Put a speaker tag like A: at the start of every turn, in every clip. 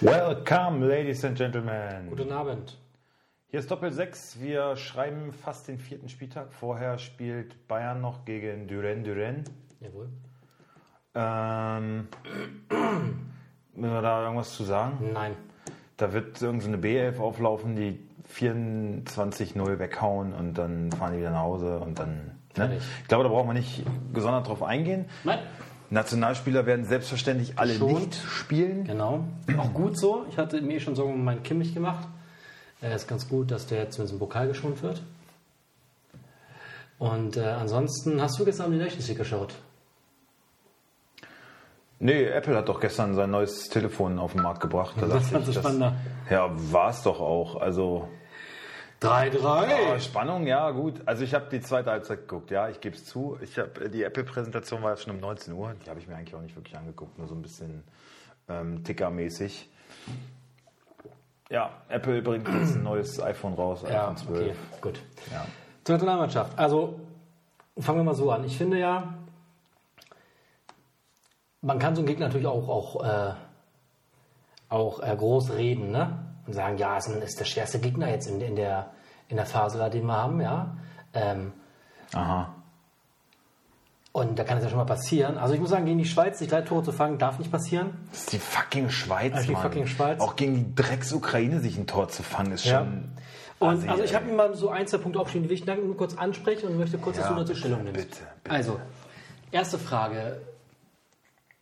A: Welcome, Ladies and Gentlemen.
B: Guten Abend.
A: Hier ist Doppel 6. Wir schreiben fast den vierten Spieltag. Vorher spielt Bayern noch gegen Düren Düren.
B: Jawohl.
A: Ähm, müssen wir da irgendwas zu sagen?
B: Nein.
A: Da wird irgendeine B11 auflaufen, die 24-0 weghauen und dann fahren die wieder nach Hause und dann. Ne?
B: Fertig.
A: Ich glaube, da braucht man nicht gesondert drauf eingehen.
B: Nein.
A: Nationalspieler werden selbstverständlich alle
B: Geschont.
A: nicht spielen.
B: Genau. Auch gut so. Ich hatte mir schon Sorgen um meinen Kimmich gemacht. Äh, ist ganz gut, dass der zumindest im Pokal geschont wird. Und äh, ansonsten hast du gestern die Nations League geschaut.
A: Nee, Apple hat doch gestern sein neues Telefon auf den Markt gebracht. Da
B: Das
A: dachte
B: fandst
A: ich,
B: du spannender.
A: Ja, war es doch auch. Also
B: 3-3.
A: aber Spannung, ja gut. Also ich habe die zweite Halbzeit geguckt, ja, ich gebe es zu. Ich habe die Apple-Präsentation war schon um 19 Uhr. Die habe ich mir eigentlich auch nicht wirklich angeguckt, nur so ein bisschen ähm, tickermäßig. Ja, Apple bringt jetzt ein neues iPhone raus,
B: Ja,
A: iPhone 12.
B: okay, gut.
A: Ja.
B: Zur Nationalmannschaft. Also fangen wir mal so an. Ich finde ja, man kann so einen Gegner natürlich auch, auch, äh, auch äh, groß reden ne? und sagen, ja, es ist, ein- ist der schwerste Gegner jetzt in, in, der, in der Phase, da, den wir haben. ja. Ähm,
A: Aha.
B: und da kann es ja schon mal passieren. Also ich muss sagen, gegen die Schweiz, sich drei Tore zu fangen, darf nicht passieren.
A: Das ist die fucking Schweiz,
B: die
A: Mann.
B: fucking Schweiz.
A: Auch gegen die Drecks-Ukraine sich ein Tor zu fangen, ist schon...
B: Und
A: Assi,
B: also ich
A: ey.
B: habe mir mal so ein, zwei Punkte aufgeschrieben, die will ich dann nur kurz ansprechen und möchte kurz, dass
A: Ja,
B: du dazu
A: bitte,
B: Stellung nimmst.
A: bitte, bitte.
B: Also, erste Frage.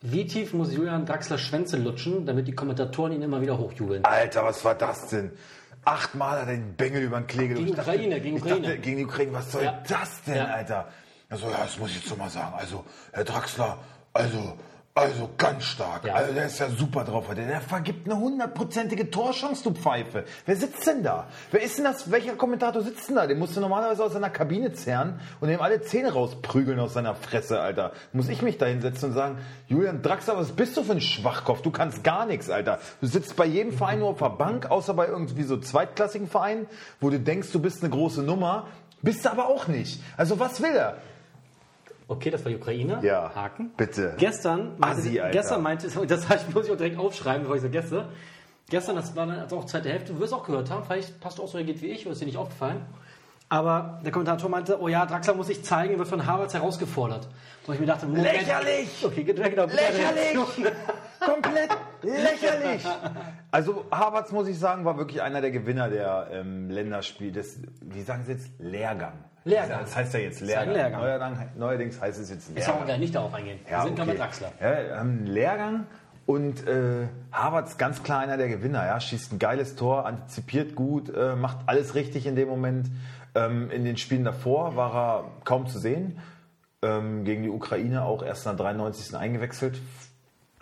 B: Wie tief muss Julian Draxler Schwänze lutschen, damit die Kommentatoren ihn immer wieder hochjubeln?
A: Alter, was war das denn? Achtmal hat er den Bengel über den Klee gelegt.
B: Gegen
A: Ich dachte-
B: Ukraine, gegen
A: ich dachte,
B: Ukraine.
A: Gegen die Ukraine, was soll
B: Ja.
A: das denn,
B: Ja.
A: Alter? Also, ja, das muss ich jetzt so mal sagen. Also, Herr Draxler, also, also ganz stark.
B: Ja.
A: Also, der ist ja super drauf heute. Der vergibt eine hundertprozentige Torchance, du Pfeife. Wer sitzt denn da? Wer ist denn das? Welcher Kommentator sitzt denn da? Den musst du normalerweise aus seiner Kabine zerren und ihm alle Zähne rausprügeln aus seiner Fresse, Alter. Muss ich mich da hinsetzen und sagen, Julian Draxler, was bist du für ein Schwachkopf? Du kannst gar nichts, Alter. Du sitzt bei jedem Verein nur auf der Bank, außer bei irgendwie so zweitklassigen Vereinen, wo du denkst, du bist eine große Nummer. Bist du aber auch nicht. Also was will er?
B: Okay, das war die Ukraine.
A: Ja,
B: Haken.
A: bitte.
B: Gestern meinte,
A: Assi, Alter.
B: gestern meinte das hab ich- muss ich auch direkt aufschreiben, bevor ich es vergesse. Gestern, das war dann also auch zweite Hälfte, du wirst auch gehört haben, vielleicht passt du auch so reagiert wie ich, oder ist dir nicht aufgefallen. Aber der Kommentator meinte, oh ja, Draxler muss sich zeigen, er wird von Harvards herausgefordert. Wo ich mir dachte, Moment.
A: Lächerlich!
B: Okay, genau.
A: Lächerlich! Komplett lächerlich! Also Havertz, muss ich sagen, war wirklich einer der Gewinner der ähm, Länderspiel. Des, wie sagen sie jetzt? Lehrgang.
B: Lehrgang.
A: Das heißt ja jetzt Lehrgang.
B: ein Lehrgang.
A: Neuerdang- Neuerdings heißt es jetzt
B: Jetzt wollen
A: Lehrgang.
B: wir gar nicht darauf eingehen. wir sind gerade bei Draxler.
A: Ja, ähm, Lehrgang und äh, Havertz ganz klar einer der Gewinner. Ja, schießt ein geiles Tor, antizipiert gut, äh, macht alles richtig in dem Moment. Ähm, in den Spielen davor war er kaum zu sehen. Ähm, gegen die Ukraine auch erst nach 93. eingewechselt.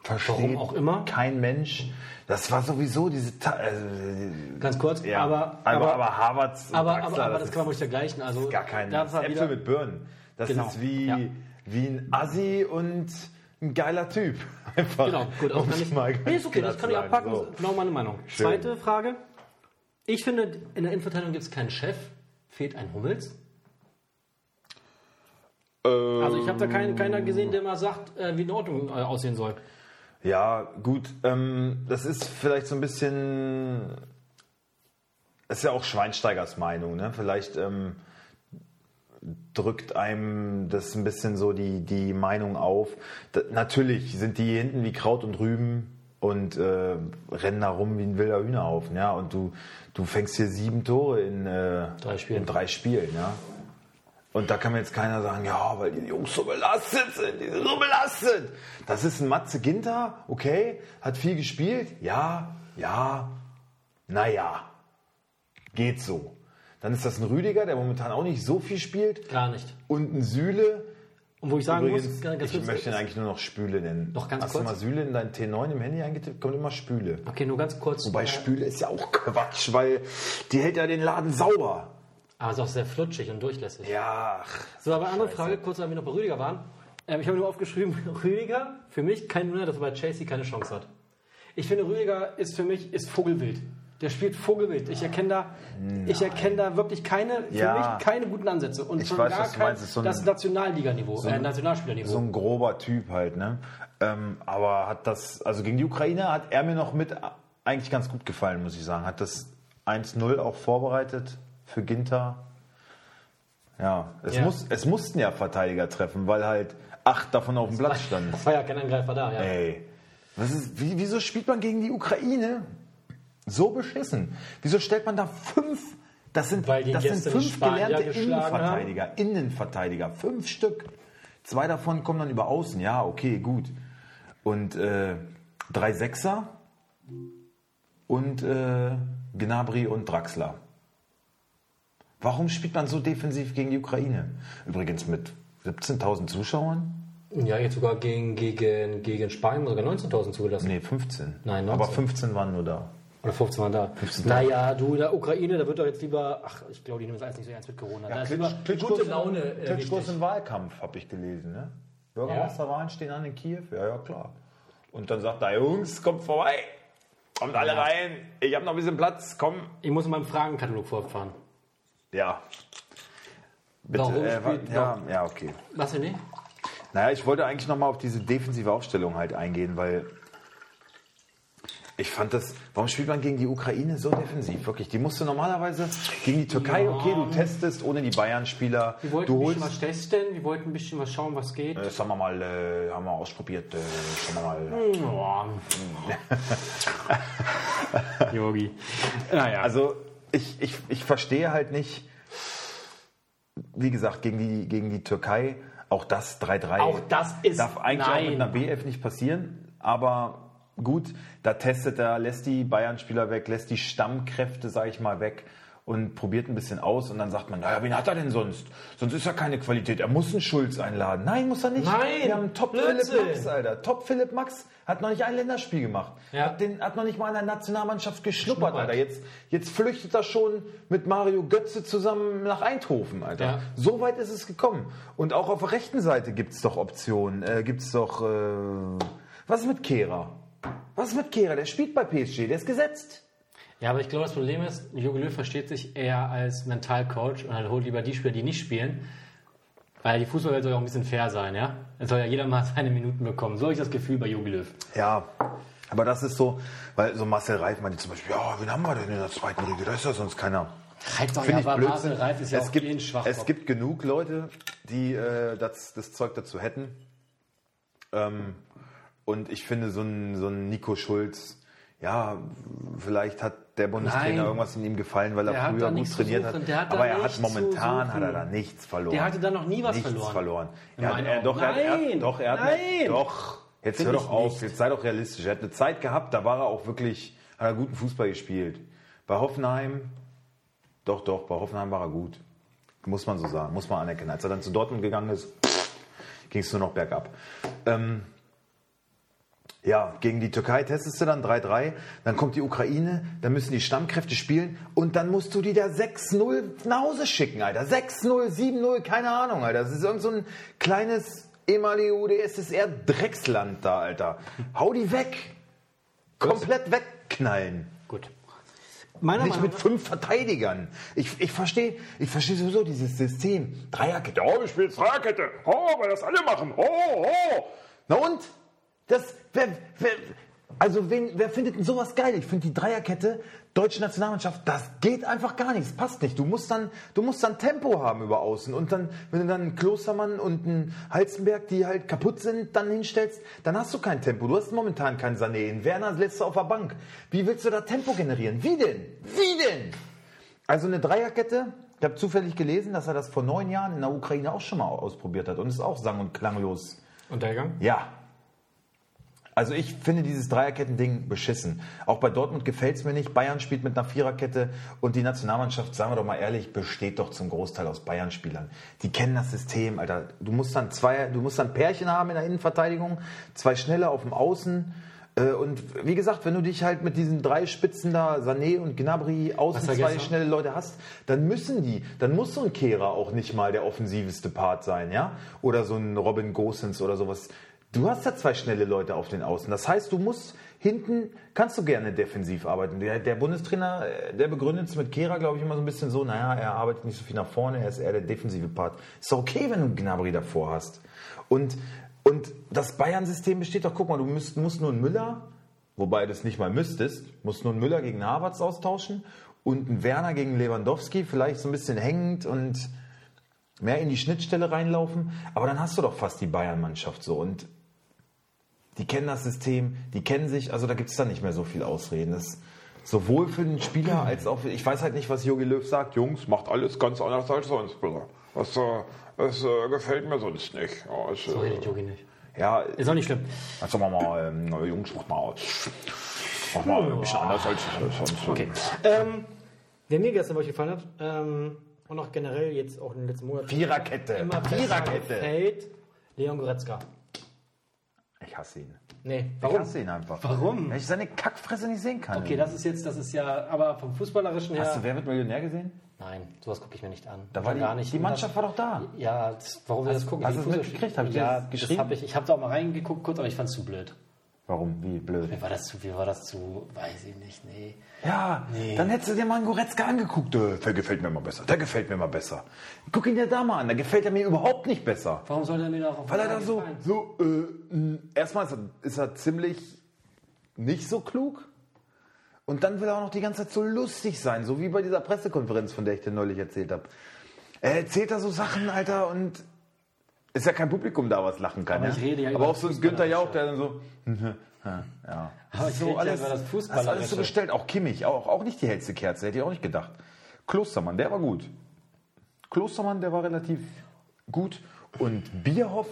A: Versteht
B: Warum auch immer.
A: Kein Mensch. Das war sowieso diese. Ta also, äh,
B: Ganz kurz,
A: ja. Also,
B: aber,
A: aber, aber Havertz. und
B: aber, aber,
A: Draxler,
B: aber
A: das
B: das
A: ist-
B: kann man ruhig vergleichen. Also
A: gar keinen.
B: da
A: Das
B: war
A: ist Äpfel
B: wieder,
A: mit Birnen. Das
B: Genau,
A: ist wie,
B: ja.
A: wie ein Assi und ein geiler Typ. Einfach.
B: Genau, gut, auch
A: um
B: kann
A: es
B: ich.
A: mal
B: nee,
A: ganz
B: ist okay,
A: klar
B: das kann
A: zu
B: ich
A: sagen.
B: abpacken.
A: So.
B: Genau meine Meinung.
A: Schön.
B: Zweite Frage. Ich finde, in der Innenverteidigung gibt es keinen Chef, fehlt ein Hummels. Also ich habe da keinen, keiner gesehen, der mal sagt, äh, wie eine Ordnung äh, aussehen soll.
A: Ja, gut. Ähm, das ist vielleicht so ein bisschen. Das ist ja auch Schweinsteigers Meinung, ne? Vielleicht ähm, drückt einem das ein bisschen so die, die Meinung auf. Da, natürlich sind die hinten wie Kraut und Rüben und äh, rennen da rum wie ein wilder Hühnerhaufen, ja. Und du, du fängst hier sieben Tore in, äh,
B: Drei Spielen.
A: in drei Spielen, ja. Und da kann mir jetzt keiner sagen, ja, weil die Jungs so belastet sind, die sind so belastet. Das ist ein Matze Ginter, okay, hat viel gespielt, ja, ja, naja, geht so. Dann ist das ein Rüdiger, der momentan auch nicht so viel spielt,
B: Gar nicht.
A: und ein Süle.
B: Und wo ich sagen muss,
A: Übrigens,
B: ganz ganz
A: ich
B: kurz, äh,
A: möchte ihn eigentlich nur noch Spüle nennen.
B: Noch ganz
A: Hast
B: kurz?
A: du mal Süle in dein T9 im Handy eingetippt? Kommt immer Spüle.
B: okay, nur ganz kurz.
A: Wobei Spüle ist ja auch Quatsch, weil die hält ja den Laden sauber.
B: aber es Ah, ist auch sehr flutschig und durchlässig.
A: Ja, ach,
B: So, aber eine andere
A: Scheiße.
B: Frage, kurz, weil wir noch bei Rüdiger waren. Ähm, ich habe nur aufgeschrieben, Rüdiger, für mich kein Wunder, dass er bei Chelsea keine Chance hat. Ich finde, Rüdiger ist für mich ist Vogelwild. Der spielt Vogelwild. Ich erkenne da, ich erkenne da wirklich keine, für
A: Hm. Ja.
B: mich keine guten Ansätze. Und
A: Ich weiß, was du
B: kein,
A: meinst. Das ist so ein-
B: das Nationalliganiveau, äh, Nationalspielerniveau.
A: so ein grober Typ halt, ne? Ähm, aber hat das, also gegen die Ukraine hat er mir noch mit eigentlich ganz gut gefallen, muss ich sagen. Hat das 1-0 auch vorbereitet für Ginter. Ja, es,
B: Ja.
A: Muss, es mussten ja Verteidiger treffen, weil halt acht davon auf dem Platz standen.
B: Das war ja kein Angreifer da, ja.
A: Ey, was ist, wie, wieso spielt man gegen die Ukraine so beschissen? Wieso stellt man da fünf? Das sind,
B: Weil die
A: das sind
B: gestern
A: fünf
B: Spanier
A: gelernte
B: geschlagen haben.
A: Innenverteidiger. Innenverteidiger, fünf Stück. Zwei davon kommen dann über außen. Ja, okay, gut. Und äh, drei Sechser und äh, Gnabry und Draxler. Warum spielt man so defensiv gegen die Ukraine? Übrigens mit 17.000 Zuschauern?
B: Ja, jetzt sogar gegen, gegen, gegen Spanien sogar 19.000 zugelassen.
A: Nee, 15.
B: Nein, 19.
A: Aber 15 waren nur da.
B: Oder 15 waren da.
A: 15 da.
B: naja, du, in der Ukraine, da wird doch jetzt lieber, ach, ich glaube, die nehmen das alles nicht so ernst mit Corona. da ist lieber gute Laune äh,
A: Klitschko ist
B: wichtig.
A: im Wahlkampf, habe ich gelesen. Ne? Bürgermeisterwahlen stehen an in Kiew. Ja, ja, klar. Und dann sagt er, Jungs, kommt vorbei. Kommt alle rein. Ich habe noch ein bisschen Platz. Komm.
B: Ich muss in meinem Fragenkatalog vorfahren.
A: Ja. Bitte.
B: Warum
A: äh, wa-
B: spielt
A: ja, ja, okay.
B: Was denn nicht?
A: Naja, ich wollte eigentlich nochmal auf diese defensive Aufstellung halt eingehen, weil ich fand das, warum spielt man gegen die Ukraine so defensiv? Wirklich, die musste normalerweise gegen die Türkei,
B: Ja.
A: okay, du testest ohne die Bayern-Spieler,
B: Wir wollten
A: du
B: ein bisschen was
A: holst,
B: testen, wir wollten ein bisschen was schauen, was geht.
A: das haben wir mal, äh, haben wir ausprobiert, äh, schauen wir mal.
B: Boah. Yogi. Naja.
A: Also ich, ich, ich verstehe halt nicht, wie gesagt, gegen die, gegen die Türkei, auch das 3-3.
B: Auch das ist-
A: Darf eigentlich auch mit
B: nein.
A: einer BF nicht passieren, aber gut, da testet er, lässt die Bayern-Spieler weg, lässt die Stammkräfte, sag ich mal, weg und probiert ein bisschen aus und dann sagt man, naja, wen hat er denn sonst? Sonst ist ja keine Qualität, er muss einen Schulz einladen. Nein, muss er nicht.
B: Nein,
A: Wir haben Top
B: Blödsinn.
A: Philipp Max, Alter. Top Philipp Max hat noch nicht ein Länderspiel gemacht.
B: Ja.
A: Hat, den, hat noch nicht mal in der Nationalmannschaft geschnuppert,
B: Schnuppert.
A: Alter. Jetzt, jetzt flüchtet er schon mit Mario Götze zusammen nach Eindhoven, Alter.
B: Ja.
A: So weit ist es gekommen. Und auch auf der rechten Seite gibt es doch Optionen. Äh, gibt es doch. Äh, was ist mit Kehrer? Was ist mit Kehrer? Der spielt bei PSG, der ist gesetzt.
B: Ja, aber ich glaube, das Problem ist, Jogi Löw versteht sich eher als Mentalcoach und dann holt lieber die Spieler, die nicht spielen. Weil die Fußballwelt soll ja auch ein bisschen fair sein, ja? Es soll ja jeder mal seine Minuten bekommen. So habe ich das Gefühl bei Jogi Löw.
A: Ja. Aber das ist so, weil so Marcel Reif meinte zum Beispiel, ja, wen haben wir denn in der zweiten Liga? Da ist ja sonst keiner.
B: Reiz doch
A: Finde ich
B: aber
A: Blödsinn.
B: Marcel Reif ist ja
A: es,
B: auch eh ein
A: gibt,
B: Schwachkopf.
A: es gibt genug Leute, die äh, das, das Zeug dazu hätten. Ähm, und ich finde, so ein, so ein Nico Schulz, ja, vielleicht hat der Bundestrainer
B: Nein.
A: irgendwas in ihm gefallen, weil er
B: Der hat da
A: früher gut
B: nichts zu
A: trainiert
B: suchen.
A: hat.
B: Der hat da
A: Aber er hat
B: nichts
A: momentan
B: zu
A: hat er da
B: suchen.
A: nichts verloren.
B: Der hatte da noch nie was
A: nichts
B: verloren.
A: verloren.
B: In
A: Er hat,
B: meinen
A: er,
B: Augen.
A: doch, er, hat- er,
B: Nein.
A: hat- doch, er hat,
B: Nein.
A: doch. Jetzt
B: Find
A: hör
B: ich
A: doch auf,
B: nicht.
A: jetzt sei doch realistisch. Er hat eine Zeit gehabt, da war er auch wirklich, hat er guten Fußball gespielt. Bei Hoffenheim doch, doch, bei Hoffenheim war er gut. Muss man so sagen, muss man anerkennen. Als er dann zu Dortmund gegangen ist, ging es nur noch bergab. Ähm, ja, gegen die Türkei testest du dann 3-3, dann kommt die Ukraine, dann müssen die Stammkräfte spielen und dann musst du die da 6-0 nach Hause schicken, Alter. 6-0, 7-0, keine Ahnung, Alter. Das ist irgend so ein kleines ehemalige UdSSR-Drecksland da, Alter. Hau die weg. Komplett wegknallen.
B: Gut. Meiner
A: Nicht
B: Meinung
A: mit
B: nach,
A: fünf Verteidigern. Ich, ich verstehe ich verstehe sowieso dieses System. Dreierkette. Oh, ich spiele Dreierkette. Oh, weil das alle machen. Oh, oh. Na und? Das, wer, wer, also wen, wer findet denn sowas geil? Ich finde die Dreierkette, deutsche Nationalmannschaft, das geht einfach gar nicht. Es passt nicht. Du musst, dann, du musst dann Tempo haben über Außen. Und dann, wenn du dann einen Klostermann und einen Halzenberg, die halt kaputt sind, dann hinstellst, dann hast du kein Tempo. Du hast momentan keinen Sané. In Werner lässt du auf der Bank. Wie willst du da Tempo generieren? Wie denn? Wie denn? Also eine Dreierkette, ich habe zufällig gelesen, dass er das vor neun Jahren in der Ukraine auch schon mal ausprobiert hat und ist auch sang- und klanglos.
B: Untergang?
A: Ja. Also ich finde dieses Dreierketten-Ding beschissen. Auch bei Dortmund gefällt es mir nicht. Bayern spielt mit einer Viererkette und die Nationalmannschaft, sagen wir doch mal ehrlich, besteht doch zum Großteil aus Bayern-Spielern. Die kennen das System, Alter. Du musst dann zwei, du musst dann Pärchen haben in der Innenverteidigung, zwei Schnelle auf dem Außen. Äh, Und wie gesagt, wenn du dich halt mit diesen drei Spitzen da, Sané und Gnabry, außen
B: Was
A: zwei
B: vergessen?
A: schnelle Leute hast, dann müssen die, dann muss so ein Kehrer auch nicht mal der offensivste Part sein, ja? Oder so ein Robin Gosens oder sowas. Du hast da zwei schnelle Leute auf den Außen. Das heißt, du musst hinten, kannst du gerne defensiv arbeiten. Der, der Bundestrainer, äh, der begründet es mit Kehrer, glaube ich, immer so ein bisschen so, naja, er arbeitet nicht so viel nach vorne, er ist eher der defensive Part. Ist doch okay, wenn du Gnabry davor hast. Und, und das Bayern-System besteht doch, guck mal, du musst, musst nur einen Müller, wobei du es nicht mal müsstest, musst nun Müller gegen Havertz austauschen und einen Werner gegen Lewandowski, vielleicht so ein bisschen hängend und mehr in die Schnittstelle reinlaufen. Aber dann hast du doch fast die Bayern-Mannschaft so und die kennen das System, die kennen sich, also da gibt es dann nicht mehr so viel Ausreden. Das, sowohl für den Spieler als auch für, ich weiß halt nicht, was Jogi Löw sagt. Jungs, macht alles ganz anders als sonst, Bruder. Das, äh, das äh, gefällt mir sonst nicht. Ja, es,
B: So
A: äh,
B: redet Jogi nicht.
A: ja,
B: Ist auch nicht schlimm.
A: also machen wir mal, ähm, na, Jungs, macht mal, mach mal ein bisschen anders als sonst.
B: Okay. Ähm, wer mir gestern wirklich gefallen hat, ähm, und auch generell jetzt auch in den letzten Monaten,
A: Viererkette,
B: immer besser
A: Viererkette.
B: gefällt Leon Goretzka.
A: Ich hasse ihn.
B: Nee,
A: Ich
B: warum?
A: hasse ihn einfach.
B: Warum?
A: Weil ich seine Kackfresse nicht sehen kann.
B: Okay, das ist jetzt, das ist ja, aber vom Fußballerischen her.
A: Hast du Wer wird Millionär gesehen?
B: Nein, sowas gucke ich mir nicht an.
A: Da war die,
B: Schon gar nicht.
A: die
B: Und das-
A: Mannschaft war doch da.
B: Ja, das, warum wir das gucken?
A: hast
B: Die
A: du es
B: Fußball-
A: mitgekriegt? Hab ich dir
B: ja,
A: das
B: das
A: geschrieben?
B: hab ich, ich habe da auch mal reingeguckt kurz, aber ich fand es zu blöd.
A: Warum? Wie blöd.
B: Mir war das zu, mir war das zu, weiß ich nicht, nee.
A: Ja, dann hättest du dir mal einen Goretzka angeguckt. Äh, Der gefällt mir mal besser, der gefällt mir mal besser. Guck ihn dir da mal an, da gefällt er mir überhaupt nicht besser.
B: Warum soll der mir da auch
A: Weil er da so,
B: halt-
A: so äh, mh, erstmal ist er, ist er ziemlich nicht so klug. Und dann will er auch noch die ganze Zeit so lustig sein, so wie bei dieser Pressekonferenz, von der ich dir neulich erzählt habe. Er erzählt da so Sachen, Alter, und ist ja kein Publikum da, was lachen kann.
B: Aber
A: ne?
B: ich rede ja
A: Aber
B: über
A: auch so ein
B: das
A: Günther Jauch, der dann so, ja.
B: Aber ich rede ja über
A: Das
B: das
A: ist alles so
B: Fußballerische.
A: bestellt. Auch Kimmich, auch, auch nicht die hellste Kerze, hätte ich auch nicht gedacht. Klostermann, der war gut. Klostermann, der war relativ gut. Und Bierhoff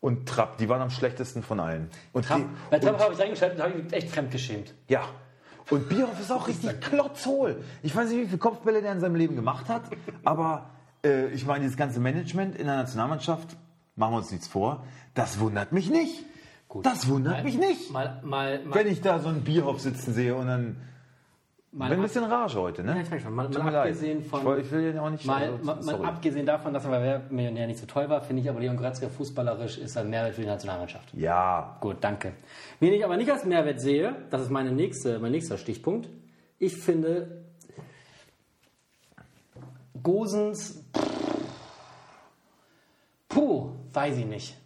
A: und Trapp, die waren am schlechtesten von allen. Und
B: Trapp,
A: die-
B: bei Trapp habe ich eingeschaltet und habe ich mich echt fremdgeschämt.
A: ja. Und Bierhoff ist auch richtig klotzhohl. Ich weiß nicht, wie viele Kopfbälle der in seinem Leben gemacht hat, aber äh, ich meine, dieses ganze Management in der Nationalmannschaft, machen wir uns nichts vor, das wundert mich nicht. Das wundert mich nicht.
B: Mal, mal, mal,
A: Wenn ich da so einen Bierhoff sitzen sehe und dann.
B: mal,
A: bin ein bisschen Rage heute, ne?
B: Ja, ich merke schon. Mal-
A: Tut
B: mal
A: mir leid.
B: abgesehen von-
A: Ich, woll- ich will ja auch nicht.
B: mal,
A: also,
B: mal, mal
A: sorry.
B: abgesehen davon, dass er bei Wer wird Millionär nicht so toll war, finde ich aber Leon Goretzka fußballerisch ist ein Mehrwert für die Nationalmannschaft.
A: ja,
B: Gut, danke. Wen ich aber nicht als Mehrwert sehe, das ist meine nächste, mein nächster Stichpunkt. Ich finde Gosens. Puh, weiß ich nicht.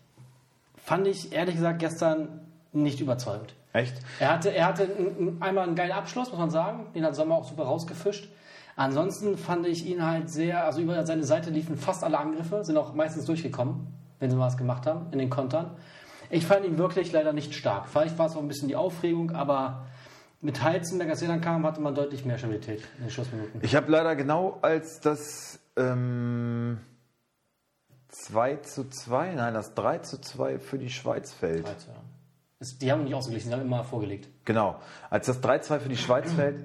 B: Fand ich ehrlich gesagt gestern nicht überzeugend.
A: echt?
B: Er hatte, er hatte n- n- einmal einen geilen Abschluss, muss man sagen. Den hat Sommer auch super rausgefischt. Ansonsten fand ich ihn halt sehr, also über seine Seite liefen fast alle Angriffe, sind auch meistens durchgekommen, wenn sie mal was gemacht haben, in den Kontern. Ich fand ihn wirklich leider nicht stark. Vielleicht war es auch ein bisschen die Aufregung, aber mit Heizenberg, als er dann kam, hatte man deutlich mehr Stabilität in den Schussminuten.
A: Ich habe leider genau als das ähm, 2 zu 2, nein, das 3 zu 2 für die Schweiz fällt.
B: Es- Die haben nicht ausgeglichen, sie haben immer vorgelegt.
A: Genau. Als das 3 zu 2 für die Schweiz fällt,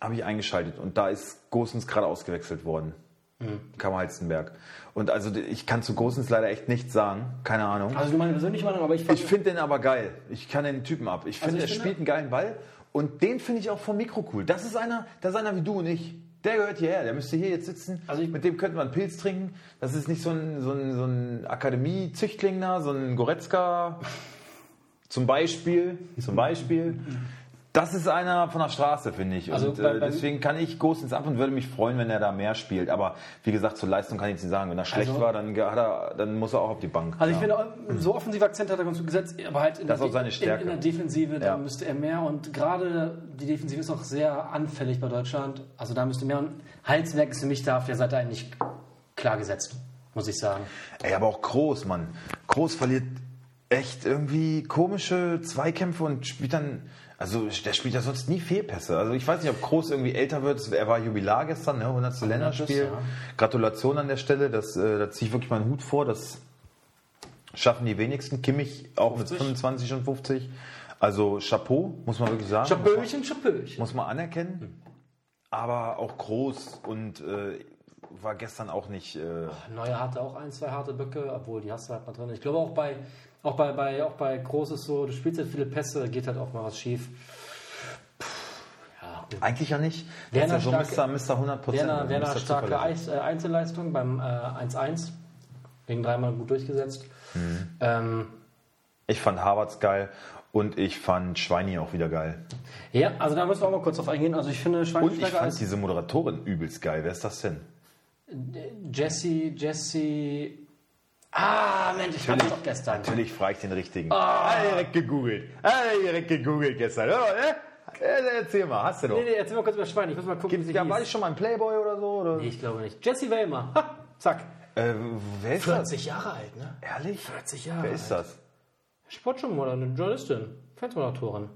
A: habe ich eingeschaltet und da ist Gosens gerade ausgewechselt worden.
B: Mhm.
A: Kam Heizenberg. Und also ich kann zu Gosens leider echt nichts sagen. Keine Ahnung.
B: Also, du meine persönliche Meinung, aber ich fand.
A: Ich finde den aber geil. Ich kann den Typen ab. Ich finde,
B: Also ich
A: er
B: finde-
A: spielt einen geilen Ball und den finde ich auch vom Mikro cool. Das ist einer, das ist einer wie du und ich. Der gehört hierher, der müsste hier jetzt sitzen.
B: Also ich-
A: Mit dem könnten wir einen Pilz trinken. Das ist nicht so ein, so ein, so ein Akademie-Züchtling da, so ein Goretzka zum Beispiel. Zum Beispiel. Das ist einer von der Straße, finde ich. Und
B: Also bei-
A: äh,
B: bei-
A: deswegen kann ich Gosens ab und würde mich freuen, wenn er da mehr spielt. Aber wie gesagt, zur Leistung kann ich nicht sagen. Wenn er schlecht
B: Also-
A: war, dann, ge- hat er, dann muss er auch auf die Bank.
B: Also
A: Ja.
B: ich finde, so offensive Akzente hat er ganz gut gesetzt, aber halt in,
A: Das
B: der,
A: ist auch seine Stärke.
B: in, in der Defensive, da
A: Ja.
B: müsste er mehr und gerade die Defensive ist auch sehr anfällig bei Deutschland, also da müsste mehr und Halswerk ist für mich da auf der Seite eigentlich klar gesetzt, muss ich sagen.
A: Ey, aber auch Groß, Mann. Groß verliert echt irgendwie komische Zweikämpfe und spielt dann. Also, der spielt ja sonst nie Fehlpässe. Also, ich weiß nicht, ob Groß irgendwie älter wird. Er war Jubilar gestern, ne? 100. Länderspiel.
B: ja.
A: Gratulation an der Stelle. Das, äh, da ziehe ich wirklich meinen Hut vor. Das schaffen die wenigsten. Kimmich auch
B: 50.
A: mit 25 und 50. Also, Chapeau, muss man wirklich sagen.
B: Schapöchen, Schapöchen.
A: Muss man anerkennen. Aber auch Groß und äh, war gestern auch nicht. Äh,
B: Neuer hatte auch ein, zwei harte Böcke, obwohl die hast du halt mal drin. Ich glaube auch bei, auch bei, bei, auch bei Großes so, du spielst halt viele Pässe, geht halt auch mal was schief. Puh, Ja,
A: Eigentlich ja nicht.
B: Werner
A: das ist ja so
B: starke-
A: Mr. Mr. 100 Prozent.
B: Werner, Werner starke Eis- äh, Einzelleistung beim äh, 1-1. Wegen dreimal gut durchgesetzt.
A: Mhm.
B: Ähm,
A: Ich fand Harvards geil und ich fand Schweini auch wieder geil.
B: ja, also da müssen wir auch mal kurz drauf eingehen. Also ich finde
A: Und ich
B: Schweinsteiger
A: fand
B: als
A: diese Moderatorin übelst geil. Wer ist das denn?
B: Jesse, Jesse, Ah, Mensch, ich hatte
A: Natürlich.
B: doch gestern.
A: Natürlich frage ich den richtigen. Ah, direkt gegoogelt. Ah, direkt gegoogelt gestern. Oh, ne? Äh, Erzähl mal, hast du doch.
B: Nee, nee, erzähl mal kurz über Schwein. Ich muss mal gucken, wie sie
A: Ja, war
B: hieß.
A: ich schon mal ein Playboy oder so? Oder?
B: Nee, ich glaube nicht. Jesse Wellmer. Ha, zack.
A: Äh, wer ist das?
B: Jahre alt, ne?
A: Ehrlich?
B: 40 Jahre
A: Wer ist das?
B: Sportjournal, eine Journalistin, Fernsehmoderatorin.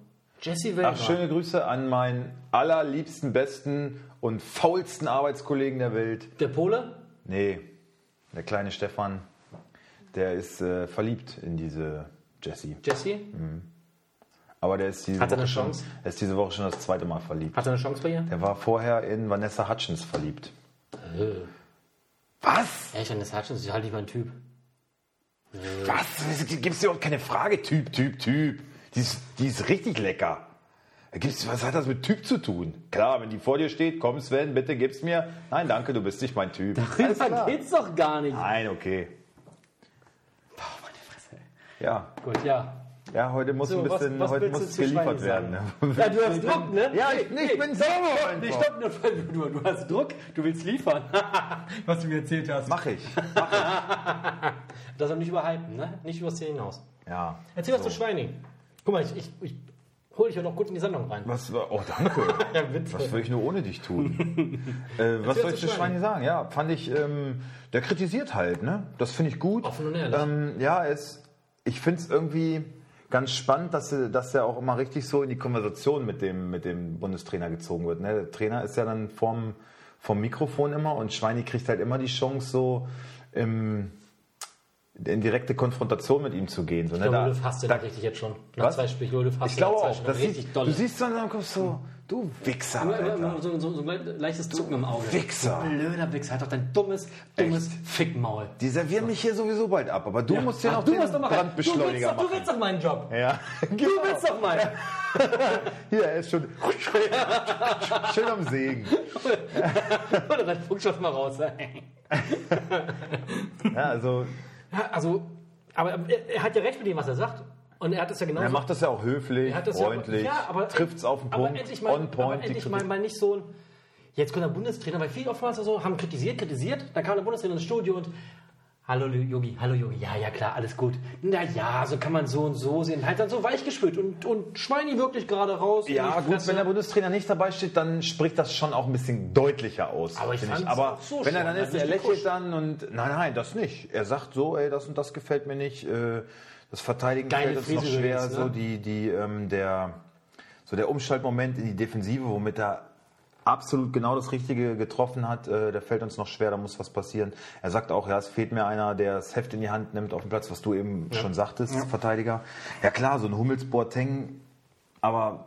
B: Jessie Wellmer.
A: Ach, schöne Grüße an meinen allerliebsten, besten und faulsten Arbeitskollegen der Welt.
B: Der Pole?
A: Nee, der kleine Stefan, der ist äh, verliebt in diese Jessie.
B: Jessie?
A: Aber der ist diese
B: Hat er eine
A: Woche schon,
B: Chance?
A: Mhm. Er ist diese Woche schon das zweite Mal verliebt.
B: Hat er eine Chance bei ihr?
A: Der war vorher in Vanessa Hutchins verliebt. Was?
B: Echt, das Hutchins ist halt nicht mein Typ.
A: Was? Gibt es überhaupt keine Frage? Typ, Typ, Typ. Die ist, die ist richtig lecker. Gibt's, was hat das mit Typ zu tun? Klar, wenn die vor dir steht, komm Sven, bitte gib's mir. Nein, danke, du bist nicht mein Typ. Alles
B: Darüber
A: klar.
B: geht's doch gar nicht.
A: Nein, okay.
B: Boah, meine Fresse. ey.
A: Ja,
B: Gut, ja.
A: ja heute muss
B: So,
A: ein
B: was-
A: bisschen
B: was
A: heute
B: willst du
A: muss
B: zu
A: geliefert
B: Schweine
A: werden.
B: sagen? Ja, du hast Druck, ne?
A: ja, ich, ich bin sauer.
B: Nee,
A: einfach.
B: stopp, du, du, du hast Druck, du willst liefern. Was du mir erzählt hast.
A: Mach ich.
B: Das soll nicht überhypen, ne? Nicht übers Ziel hinaus.
A: Ja.
B: Erzähl was zu Schweining. Guck mal, ich, ich, ich hole dich ja noch gut in die Sendung rein.
A: Was war, oh, danke.
B: Ja, Witz.
A: Was würde ich nur ohne dich tun? äh, was soll ich
B: zu
A: zu Schweini
B: Schweini.
A: sagen? Ja, fand ich, ähm, der kritisiert halt, ne? Das finde ich gut.
B: Offen und ehrlich.
A: Ähm, ja, es, ich finde es irgendwie ganz spannend, dass, er- dass er auch immer richtig so in die Konversation mit dem, mit dem Bundestrainer gezogen wird. Ne? Der Trainer ist ja dann vorm, vorm Mikrofon immer und Schweini kriegt halt immer die Chance, so im, in direkte Konfrontation mit ihm zu gehen. So, ne?
B: Ich glaube,
A: Da-
B: Ludwig hasst den
A: da-
B: richtig jetzt schon. Nach
A: Was?
B: zwei Spielen, Ludwig hasst
A: ich glaube
B: nach zwei
A: auch.
B: Spielen
A: Das
B: richtig
A: sieht,
B: doll.
A: du siehst dann dann kommst du so, du Wichser.
B: Immer- immer-
A: Alter.
B: immer so, so, so ein leichtes Zucken im Auge.
A: Wichser.
B: äh, Du blöder Wichser, hat doch dein dummes, dummes Fickmaul.
A: Die servieren mich hier sowieso bald ab, aber du musst hier
B: Ach,
A: noch
B: du
A: den
B: musst doch mal rein.
A: Brandbeschleuniger
B: du willst doch, Du
A: machen.
B: willst doch meinen Job.
A: Ja, genau.
B: Du willst doch meinen.
A: hier, er ist schon schön am Segen.
B: Oder dein Funkstoff mal raus.
A: Ja, also,
B: Also, aber er, er hat ja recht mit dem, was er sagt. Und er hat es ja genau
A: er macht das ja auch höflich,
B: Er hat das
A: freundlich,
B: ja, aber,
A: trifft's auf den
B: Aber
A: Punkt,
B: endlich mal,
A: on point.
B: aber endlich
A: die
B: mal,
A: Kritik.
B: mal nicht so ein. Jetzt kommt der Bundestrainer, weil viele oftmals so haben kritisiert, kritisiert. Dann kam der Bundestrainer ins Studio und. Hallo Yogi, hallo Yogi, ja, ja, klar, alles gut. Na ja, so kann man so und so sehen. Halt dann so weichgespült und, und Schweini wirklich gerade raus. in
A: ja,
B: die
A: gut,
B: Fresse.
A: wenn der Bundestrainer nicht dabei steht, dann spricht das schon auch ein bisschen deutlicher aus.
B: Aber ich
A: finde
B: fand's
A: aber
B: auch so
A: wenn er dann
B: schon,
A: ist,
B: hat
A: er
B: nicht
A: lächelt
B: gekuscht.
A: dann und nein, nein, das nicht. Er sagt so, ey, das und das gefällt mir nicht, äh, das Verteidigen
B: Geile
A: fällt uns noch
B: Friese
A: schwer,
B: übrigens, ne?
A: so die, die, ähm, der, so der Umschaltmoment in die Defensive, womit er absolut genau das Richtige getroffen hat, äh, der fällt uns noch schwer, da muss was passieren. Er sagt auch, ja, es fehlt mir einer, der das Heft in die Hand nimmt auf dem Platz, was du eben schon sagtest, Verteidiger. Ja klar, so ein Hummels Boateng, aber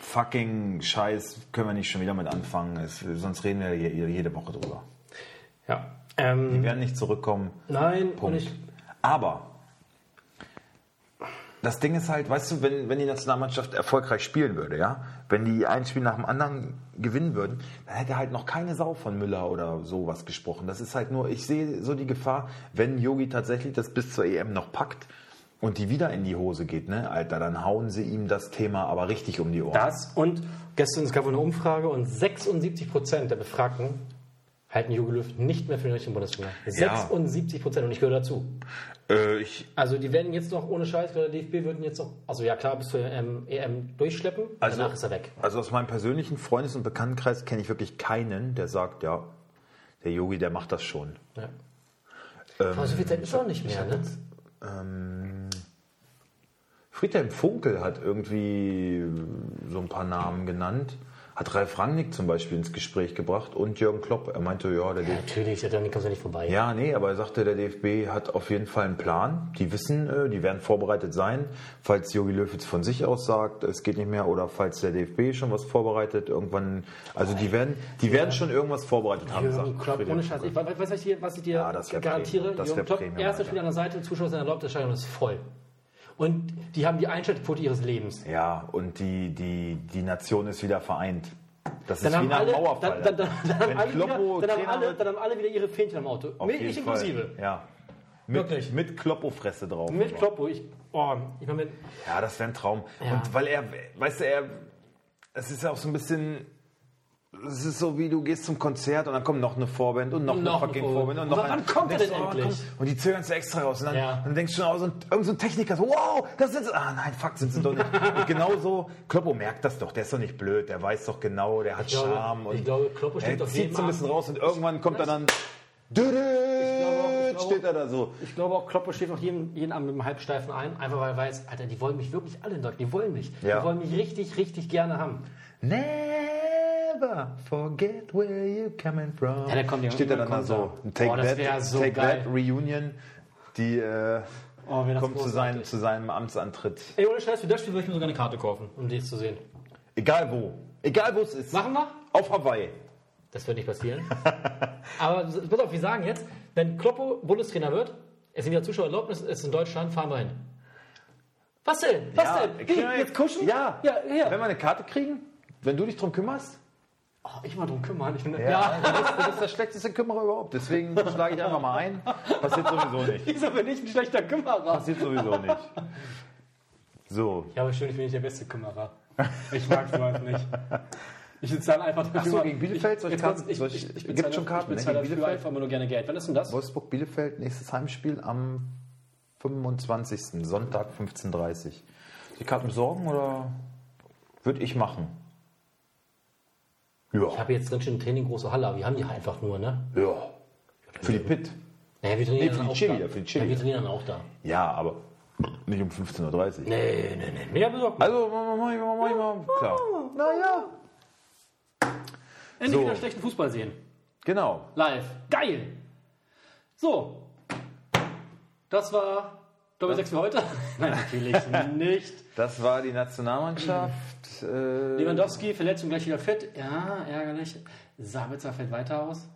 A: fucking Scheiß können wir nicht schon wieder mit anfangen, es, sonst reden wir je- jede Woche drüber.
B: Ja. Ähm,
A: Wir werden nicht zurückkommen.
B: nein, und ich.
A: Aber das Ding ist halt, weißt du, wenn, wenn die Nationalmannschaft erfolgreich spielen würde, ja, wenn die ein Spiel nach dem anderen gewinnen würden, dann hätte halt noch keine Sau von Müller oder sowas gesprochen. Das ist halt nur, ich sehe so die Gefahr, wenn Yogi tatsächlich das bis zur EM noch packt und die wieder in die Hose geht, ne, Alter, dann hauen sie ihm das Thema aber richtig um die Ohren.
B: Das und gestern es gab eine Umfrage und 76 Prozent der Befragten halten Jogi Löw nicht mehr für den richtigen Bundestrainer. 76 Prozent und ich gehöre dazu.
A: Äh, ich,
B: Also die werden jetzt noch ohne Scheiß, weil der DFB würden jetzt noch, also ja klar, bis zur EM, EM durchschleppen,
A: Also-
B: danach ist er weg.
A: Also aus meinem persönlichen Freundes- und Bekanntenkreis kenne ich wirklich keinen, der sagt, ja, der Yogi, der macht das schon.
B: Ja. Aber so viel Zeit ist auch nicht mehr, ne?
A: Friedhelm Funkel hat irgendwie so ein paar Namen genannt, hat Ralf Rangnick zum Beispiel ins Gespräch gebracht und Jürgen Klopp. Er meinte, ja, der DFB.
B: Natürlich, ja, dann kommst du nicht vorbei.
A: Ja, nee, aber er sagte, der DFB hat auf jeden Fall einen Plan. Die wissen, äh, die werden vorbereitet sein. Falls Jogi Löw jetzt von sich aus sagt, es geht nicht mehr, oder falls der DFB schon was vorbereitet, irgendwann. Also die werden, die werden schon irgendwas vorbereitet haben.
B: Jürgen
A: sagt
B: Klopp,
A: Friedhelm
B: ohne Scheiß. Ich, weiß, was, ich dir, was ich dir
A: Ja, das wär
B: garantiere?
A: Premium. Das wär
B: Jürgen Klopp,
A: Premium,
B: erster
A: Alter.
B: Spiel an der Seite, Zuschauer sind erlaubt, das Stadion ist voll. Und die haben die Einschaltquote ihres Lebens.
A: Ja, und die, die, die Nation ist wieder vereint. Das ist
B: Dann
A: wie
B: haben,
A: nach einem
B: alle, dann,
A: Mauerfall.
B: dann, dann, dann, haben
A: Wenn
B: alle
A: Kloppo
B: wieder, dann, haben
A: Trainer
B: alle,
A: wird,
B: dann haben alle wieder ihre Fähnchen am Auto.
A: auf
B: Mich
A: jeden
B: inklusive.
A: Fall. Ja. Mit,
B: Wirklich.
A: mit Kloppo-Fresse drauf.
B: Mit Kloppo. Ich, oh, ich meine,
A: Ja, das wäre ein Traum.
B: Ja.
A: Und weil er, weißt du, er, es ist ja auch so ein bisschen es ist so wie du gehst zum Konzert und dann kommt noch eine Vorband und noch,
B: Noch
A: eine fucking
B: eine
A: Vorband und
B: Vorband.
A: noch
B: Und
A: eine. Und
B: wann kommt er
A: denkst
B: denn
A: du, oh, wann
B: endlich?
A: kommt- Und die zögern es extra raus und dann,
B: Ja.
A: und dann denkst du schon, oh, so ein, irgend so ein Techniker, so, wow, das sind sie. Ah nein, fuck, sind sie doch nicht. und genauso, Kloppo merkt das doch, der ist doch nicht blöd, der weiß doch genau, der hat
B: Ich glaube-
A: Charme und
B: ich glaube, Kloppo steht
A: er
B: auf
A: zieht
B: jedem
A: so ein bisschen
B: Abend-
A: raus und irgendwann kommt er dann,
B: glaube- ich
A: düdüt,
B: glaube-
A: steht er da so.
B: Ich glaube auch, Kloppo schläft auch jeden, jeden Abend mit einem Halbsteifen ein, einfach weil er weiß, Alter, die wollen mich wirklich alle in Deutschland, die wollen mich.
A: Ja.
B: Die wollen mich richtig, richtig gerne haben.
A: Never forget where you coming from.
B: Ja, der kommt ja
A: Steht da dann da
B: irgendwann
A: so.
B: kommt er.
A: Take,
B: Boah, das wär
A: that,
B: so
A: take
B: geil.
A: that Reunion, die äh,
B: Oh, wäre das
A: kommt zu, sein,
B: großartig.
A: zu seinem Amtsantritt.
B: Ey, ohne Scheiß, für das Spiel würde ich mir sogar eine Karte kaufen, um die zu sehen.
A: Egal wo. Egal wo es ist.
B: Machen wir?
A: Auf Hawaii.
B: Das wird nicht passieren. Aber so- pass auf, wir sagen jetzt, wenn Kloppo Bundestrainer wird, es sind ja Zuschauererlaubnis, es ist in Deutschland, fahren wir hin. Was denn? Was
A: Ja,
B: denn? Wie,
A: kriegen wir
B: jetzt kuschen?
A: Ja.
B: Ja, ja.
A: Wenn wir eine Karte kriegen, wenn du dich drum kümmerst.
B: Oh, ich mal drum kümmern. Ich bin, ja.
A: Du, bist, du bist der schlechteste Kümmerer überhaupt. Deswegen schlage ich einfach mal ein. Passiert sowieso nicht.
B: Wieso bin ich ein schlechter Kümmerer?
A: Passiert sowieso nicht. So.
B: Ja, aber schön, ich bin nicht der beste Kümmerer. Ich mag sowas nicht. Ich bezahle einfach dafür.
A: so, gegen Bielefeld? Soll ich
B: jetzt
A: Karten-
B: kurz, ich,
A: soll ich-
B: ich, ich
A: gibt's
B: bezahle-
A: schon Karten, ne,
B: Ich bezahle
A: gegen
B: dafür
A: Bielefeld?
B: einfach immer nur gerne Geld. Wann ist denn das?
A: Wolfsburg-Bielefeld, nächstes Heimspiel am 25. Sonntag 15.30 Uhr. Die Karten besorgen oder würde ich machen?
B: Ich
A: Ja.
B: habe jetzt drin schon ein Training große Halle, aber wir haben die halt einfach nur, ne?
A: Ja. Für die Pit.
B: Naja, wir trainieren
A: Nee, für
B: dann
A: die
B: auch
A: Chili,
B: da.
A: für die Chili.
B: Ja, wir trainieren dann auch da.
A: Ja, aber nicht um 15.30 Uhr.
B: Äh, Nee, nee, nee. Mehr besorgt.
A: Also, mach ich mal, mach ich mal. Klar. Naja.
B: Endlich
A: So.
B: wieder schlechten Fußball sehen.
A: Genau.
B: Live. Geil. So. Das war Doppel 6 für heute. Nein, natürlich nicht.
A: Das war die Nationalmannschaft. Äh,
B: Lewandowski, Verletzung gleich wieder fit. Ja, ärgerlich. Sabitzer fällt weiter aus.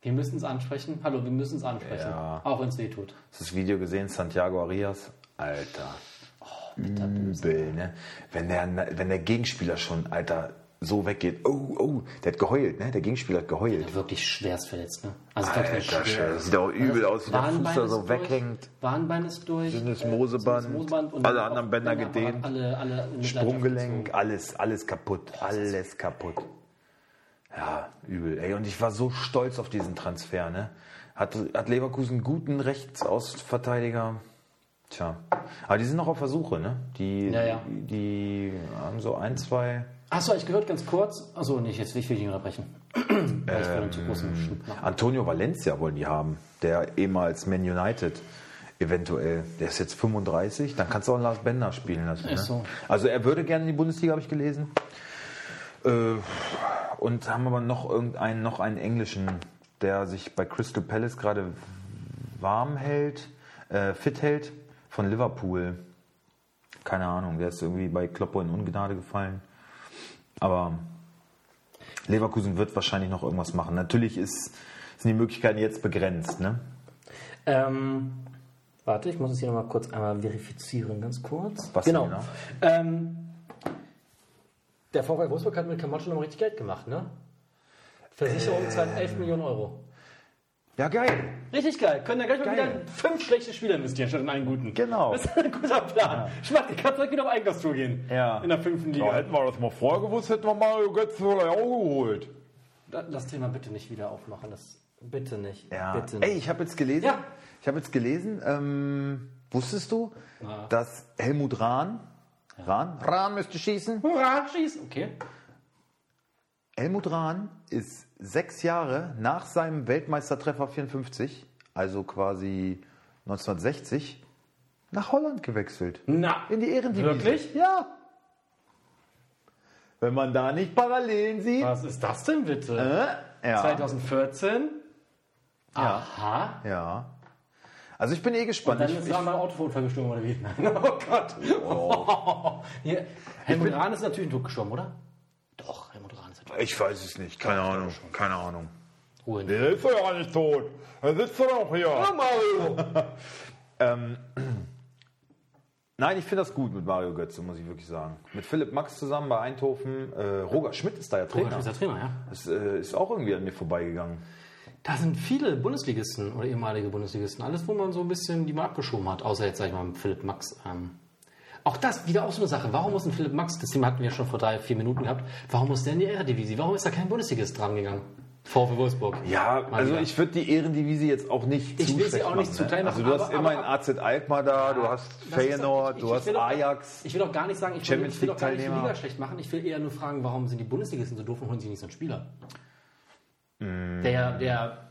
B: Wir müssen es ansprechen. Hallo, wir müssen es ansprechen. Auch wenn es weh tut.
A: hast du das Video gesehen? Santiago Arias. Alter. Oh, Übel, ne? Wenn der, wenn der Gegenspieler schon, Alter, so weggeht. Oh, oh, der hat geheult, ne? Der Gegenspieler hat geheult.
B: Wirklich schwerst verletzt, ne? Also wirklich
A: Alter, Scheiße, das sieht auch übel aus, wie der Fuß da so weghängt.
B: Warnbein ist durch.
A: Sinnes
B: äh,
A: Moseband,
B: Sinnes Moseband und
A: alle
B: dann auch
A: anderen Bänder
B: Bänderapparat,
A: gedehnt,
B: Alle, alle in Mitleidenschaft
A: Sprunggelenk, alles, alles kaputt, alles kaputt. Ja, übel. Ey, und ich war so stolz auf diesen Transfer, ne? Hat, hat Leverkusen einen guten Rechtsaußenverteidiger? Tja. Aber die sind noch auf Versuche, ne? Die,
B: Ja, ja.
A: die haben so ein, zwei.
B: Achso, ich gehört ganz kurz. Achso, nicht, jetzt will ich will dich nicht unterbrechen. Weil ich bin zu großen Schnitt machen.
A: Antonio Valencia wollen die haben, der ehemals Man United eventuell. Der ist jetzt 35, dann kannst du auch einen Lars Bender spielen lassen. Ne?
B: Ach so.
A: Also er würde gerne in die Bundesliga, habe ich gelesen. Äh, und haben aber noch irgendeinen, noch einen englischen, der sich bei Crystal Palace gerade warm hält, äh, fit hält, von Liverpool. Keine Ahnung, der ist irgendwie bei Kloppo in Ungnade gefallen. Aber Leverkusen wird wahrscheinlich noch irgendwas machen. Natürlich ist, sind die Möglichkeiten jetzt begrenzt. Ne?
B: Ähm, warte, ich muss es hier nochmal kurz einmal verifizieren, ganz kurz.
A: Was
B: genau.
A: genau?
B: Ähm, der VfL Wolfsburg hat mit Camacho nochmal richtig Geld gemacht, ne? Versicherung zahlt 11 Millionen Euro.
A: Ja, geil.
B: Ähm. Richtig geil. Können dann gleich mal
A: Geil.
B: wieder fünf schlechte Spieler investieren statt in einen guten.
A: Genau.
B: Das ist ein guter Plan. Schmack, die kann direkt wieder auf Einkaufstour gehen.
A: Ja.
B: In der fünften Liga.
A: wir das mal vorher gewusst, hätten wir Mario Götze vielleicht auch geholt.
B: Da- Das Thema bitte nicht wieder aufmachen. Das bitte nicht.
A: Ja.
B: Bitte nicht.
A: Ey, ich habe jetzt gelesen,
B: Ja.
A: ich habe jetzt gelesen, ähm, wusstest du, dass Helmut Rahn, Rahn, Rahn müsste schießen,
B: Hurra, schieß. Okay.
A: Helmut Rahn ist sechs Jahre nach seinem Weltmeistertreffer 54, also quasi 1960, nach Holland gewechselt.
B: Na.
A: In die Ehrendivision.
B: Wirklich?
A: Ja. Wenn man da nicht Parallelen sieht. ne?
B: Was ist das denn bitte?
A: Äh, Ja.
B: 2014. Aha.
A: ja. Also ich bin eh gespannt.
B: Dann
A: Ich,
B: ist
A: ich,
B: da mal ein Autounfall gestorben oder wie? Nein. Oh Gott. Hier, Helmut Rahn ist natürlich ein Druck gestorben, oder? Doch, Helmut Rahn ist ein Druck.
A: ich weiß es nicht. Keine Ahnung. Keine Ahnung.
B: Ruhe.
A: Der ist doch ja nicht tot. Er sitzt doch noch hier. Nein, ich finde das gut mit Mario Götze, muss ich wirklich sagen. Mit Philipp Max zusammen bei Eindhoven. Äh, Roger Schmidt ist da ja Trainer.
B: Ruhe. Trainer, ja.
A: Das äh, ist auch irgendwie an mir vorbeigegangen.
B: Da sind viele Bundesligisten oder ehemalige Bundesligisten. Alles, wo man so ein bisschen die mal abgeschoben hat. Außer jetzt, sag ich mal, Philipp Max. Ähm, Auch das wieder auch so eine Sache. Warum muss ein Philipp Max, das Thema hatten wir ja schon vor drei, vier Minuten gehabt, warum muss der in die Eredivisie? Warum ist da kein Bundesligist dran gegangen? VfB Wolfsburg.
A: Ja,
B: Mal
A: also
B: wieder.
A: ich würde die Ehrendivisie jetzt auch nicht
B: Ich
A: zu
B: will sie
A: schlecht
B: auch nicht
A: machen,
B: zu
A: ne?
B: klein machen,
A: Also du hast
B: aber-
A: immer
B: aber-
A: einen AZ Alkmaar da, du hast
B: Das ist doch-
A: Feyenoord,
B: ich-
A: du
B: ich
A: hast
B: will doch-
A: Ajax.
B: Ich will auch gar nicht sagen, ich will,
A: Champions
B: ich will auch gar nicht die
A: League-Teilnehmer.
B: Liga schlecht machen. Ich will eher nur fragen, warum sind die Bundesligisten so doof und holen sich nicht so einen Spieler?
A: Mm.
B: Der, der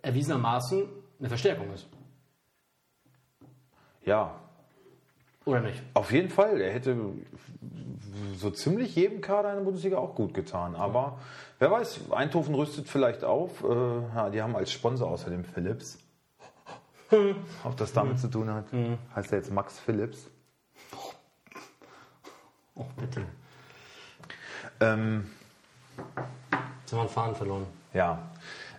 B: erwiesenermaßen eine Verstärkung ist.
A: Ja,
B: Oder nicht?
A: auf jeden Fall. Er hätte so ziemlich jedem Kader in der Bundesliga auch gut getan. Aber wer weiß, Eindhoven rüstet vielleicht auf. Äh, ja, die haben als Sponsor außerdem Philips. Ob das
B: Mhm.
A: damit zu tun hat? Heißt er jetzt Max Philips?
B: Oh, bitte.
A: Ähm,
B: Jetzt haben wir einen Faden verloren.
A: Ja.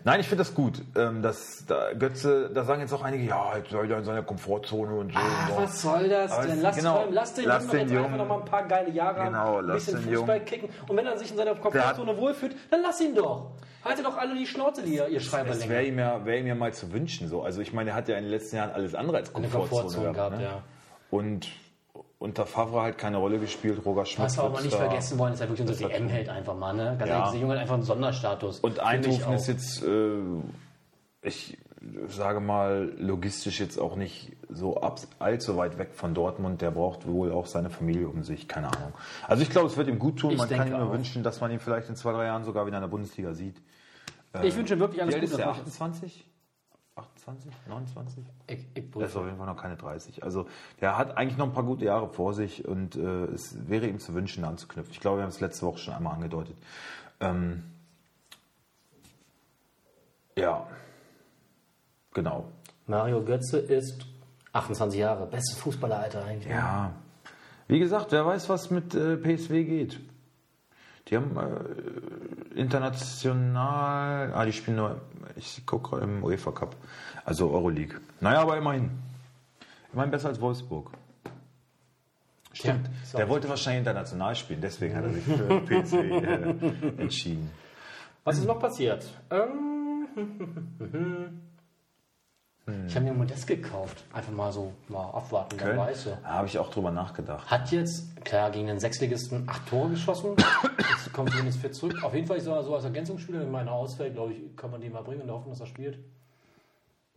A: Nein, ich finde das gut. Ähm, dass da Götze, da sagen jetzt auch einige, ja, jetzt soll er in seiner Komfortzone und so. und
B: Ach,
A: so.
B: Ah, was soll das
A: Aber
B: denn?
A: es-
B: Lass,
A: genau,
B: vor allem, lass den
A: lass
B: Jungen doch
A: den
B: jetzt einfach
A: Jungen.
B: noch mal ein paar geile Jahre
A: Genau,
B: haben, ein
A: lass
B: bisschen
A: den
B: Fußball
A: Jungen.
B: kicken. Und wenn er sich in seiner
A: Der
B: Komfortzone wohlfühlt, dann lass ihn doch. Haltet doch alle die Schnauze, die ihr, ihr
A: Das wäre
B: Schreiberlänge.
A: ihm, ja, wär ihm ja mal zu wünschen. So. Also ich meine, er hat ja in den letzten Jahren alles andere als
B: Eine
A: Komfortzone,
B: Komfortzone
A: gehabt.
B: gehabt,
A: ne?
B: ja.
A: Und unter Favre halt keine Rolle gespielt, Roger Schmidt.
B: Was wir auch mal
A: wird's
B: nicht
A: da.
B: vergessen wollen, ist ja wirklich unser WM-Held einfach mal. Ne? Ganz ehrlich, dieser Junge hat einfach einen Sonderstatus.
A: Und
B: Finde ich
A: Eindhoven
B: auch.
A: ist jetzt, äh, ich sage mal, logistisch jetzt auch nicht so abs- allzu weit weg von Dortmund. Der braucht wohl auch seine Familie um sich, keine Ahnung. Also ich glaube, es wird ihm gut tun.
B: Ich
A: man kann ihm
B: denke
A: nur
B: auch.
A: wünschen, dass man ihn vielleicht in zwei, drei Jahren sogar wieder in der Bundesliga sieht.
B: Ich wünsche ihm wirklich alles
A: Wie alt ist
B: Gute.
A: der?
B: Das mache
A: 28? 28? 29?
B: Ich, ich, ich,
A: Der ist auf jeden Fall noch keine 30. Also der hat eigentlich noch ein paar gute Jahre vor sich und äh, es wäre ihm zu wünschen, da anzuknüpfen. Ich glaube, wir haben es letzte Woche schon einmal angedeutet. Ähm, ja, genau.
B: Mario Götze ist 28 Jahre. Bestes Fußballeralter eigentlich.
A: Ja, wie gesagt, wer weiß, was mit äh, PSW geht. Die haben äh, international, ah, die spielen nur, ich gucke gerade im UEFA Cup, also Euroleague. Naja, aber immerhin. Immerhin besser als Wolfsburg. Stimmt.
B: So.
A: Der wollte wahrscheinlich international spielen, deswegen hat er sich für PSW äh, entschieden.
B: Was ist noch passiert? Ähm, ich habe mir Modest gekauft. Einfach mal so mal abwarten, wer
A: Köln?
B: weiß.
A: Da habe ich auch drüber nachgedacht.
B: Hat jetzt, klar, gegen den Sechsligisten acht Tore geschossen. Jetzt kommt zumindest fit zurück. Auf jeden Fall ist er so als Ergänzungsspieler, wenn meiner ausfällt, glaube ich, kann man den mal bringen und hoffen, dass er spielt.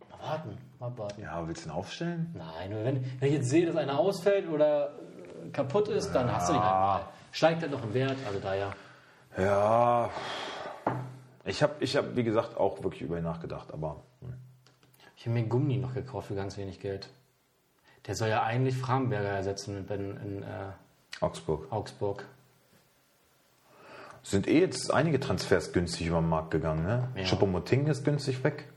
B: Mal warten, mal warten.
A: Ja, willst du ihn aufstellen?
B: Nein, nur wenn, wenn ich jetzt sehe, dass einer ausfällt oder äh, kaputt ist, dann hast du ihn halt mal. Steigt halt noch im Wert, also daher.
A: Ja. Ich habe, ich hab, wie gesagt, auch wirklich über ihn nachgedacht, aber
B: Ich habe mir Gummi noch gekauft für ganz wenig Geld. Der soll ja eigentlich Framberger ersetzen in, in äh,
A: Augsburg.
B: Augsburg.
A: Sind eh jetzt einige Transfers günstig über den Markt gegangen. Ne?
B: Ja.
A: Choupo-Moting ist günstig weg.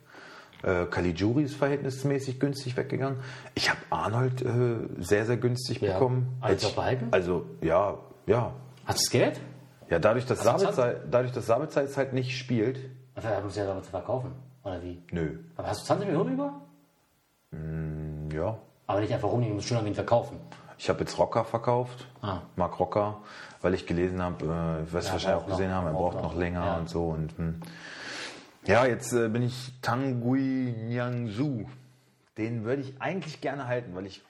A: Äh, Caligiuri ist verhältnismäßig günstig weggegangen. Ich habe Arnold äh, sehr, sehr günstig
B: Ja.
A: bekommen.
B: Als
A: Hätte
B: auch
A: ich-
B: behalten?
A: Also, ja, ja.
B: Hast du das Geld?
A: Ja, dadurch, dass
B: Also
A: Sabitzer, dadurch, dass Sabitzer jetzt halt nicht spielt.
B: Also, er muss ja aber zu verkaufen, oder wie?
A: Nö.
B: Aber hast du 20 Millionen über?
A: Ja.
B: Aber nicht einfach rumliegen, du musst schon an ihn verkaufen.
A: Ich habe jetzt Rocker verkauft,
B: Ah.
A: Marc Rocker, weil ich gelesen habe, äh, was
B: Ja,
A: wahrscheinlich auch
B: braucht noch,
A: gesehen haben, er
B: braucht
A: braucht noch
B: noch,
A: länger
B: ja.
A: und so. Und hm. ja, jetzt äh, bin ich Tangui Niangsu. Den würde ich eigentlich gerne halten, weil ich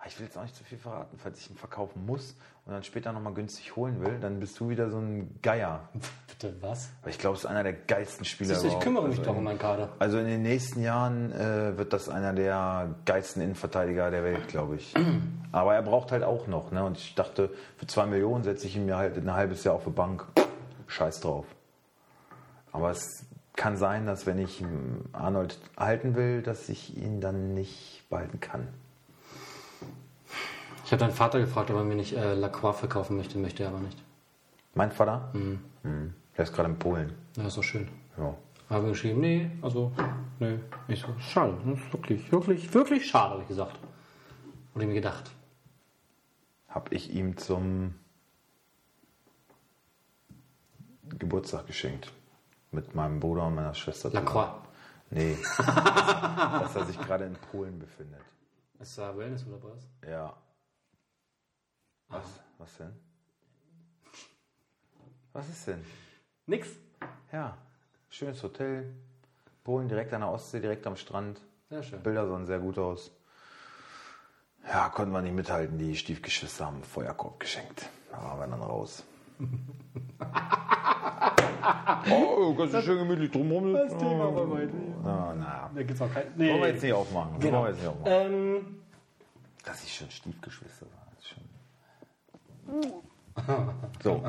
A: ah, ich will jetzt auch nicht zu viel verraten, falls ich ihn verkaufen muss und dann später nochmal günstig holen will, dann bist du wieder so ein Geier.
B: Bitte was?
A: Weil ich glaube, es ist einer der geilsten Spieler.
B: Siehst du, ich
A: überhaupt.
B: kümmere mich
A: Also
B: doch um
A: in-
B: meinen Kader.
A: also in den nächsten Jahren äh, wird das einer der geilsten Innenverteidiger der Welt, glaube ich. Aber er braucht halt auch noch. Ne? Und ich dachte, für zwei Millionen setze ich ihn mir halt ein halbes Jahr auf die Bank. Scheiß drauf. Aber es kann sein, dass wenn ich ähm, Arnold halten will, dass ich ihn dann nicht behalten kann.
B: Ich habe deinen Vater gefragt, ob er mir nicht äh, Lacroix verkaufen möchte, möchte er aber nicht.
A: Mein Vater? Mhm. Der ist gerade in Polen.
B: Ja, ist doch schön.
A: Ja.
B: Habe geschrieben, nee, also, nee. Ich so, schade, das ist wirklich, wirklich, wirklich schade, habe ich gesagt. Oder mir gedacht.
A: Hab ich ihm zum Geburtstag geschenkt. Mit meinem Bruder und meiner Schwester. zusammen.
B: Lacroix.
A: Nee, dass er sich gerade in Polen befindet.
B: Ist da Wellness oder was?
A: Ja. Was? Was denn? Was ist denn?
B: Nix.
A: Ja, schönes Hotel. Polen direkt an der Ostsee, direkt am Strand.
B: Sehr schön.
A: Bilder sahen sehr gut aus. Ja, konnten wir nicht mithalten. Die Stiefgeschwister haben einen Feuerkorb geschenkt. Da waren wir dann raus. oh, ganz schön gemütlich drumherum.
B: Das Thema war weit.
A: Oh, na.
B: Da gibt's auch kein.
A: Wollen wir
B: Nee.
A: jetzt nicht aufmachen.
B: Genau.
A: Wollen wir jetzt nicht aufmachen.
B: Ähm,
A: Dass ich schon Stiefgeschwister war. ist Schon... So,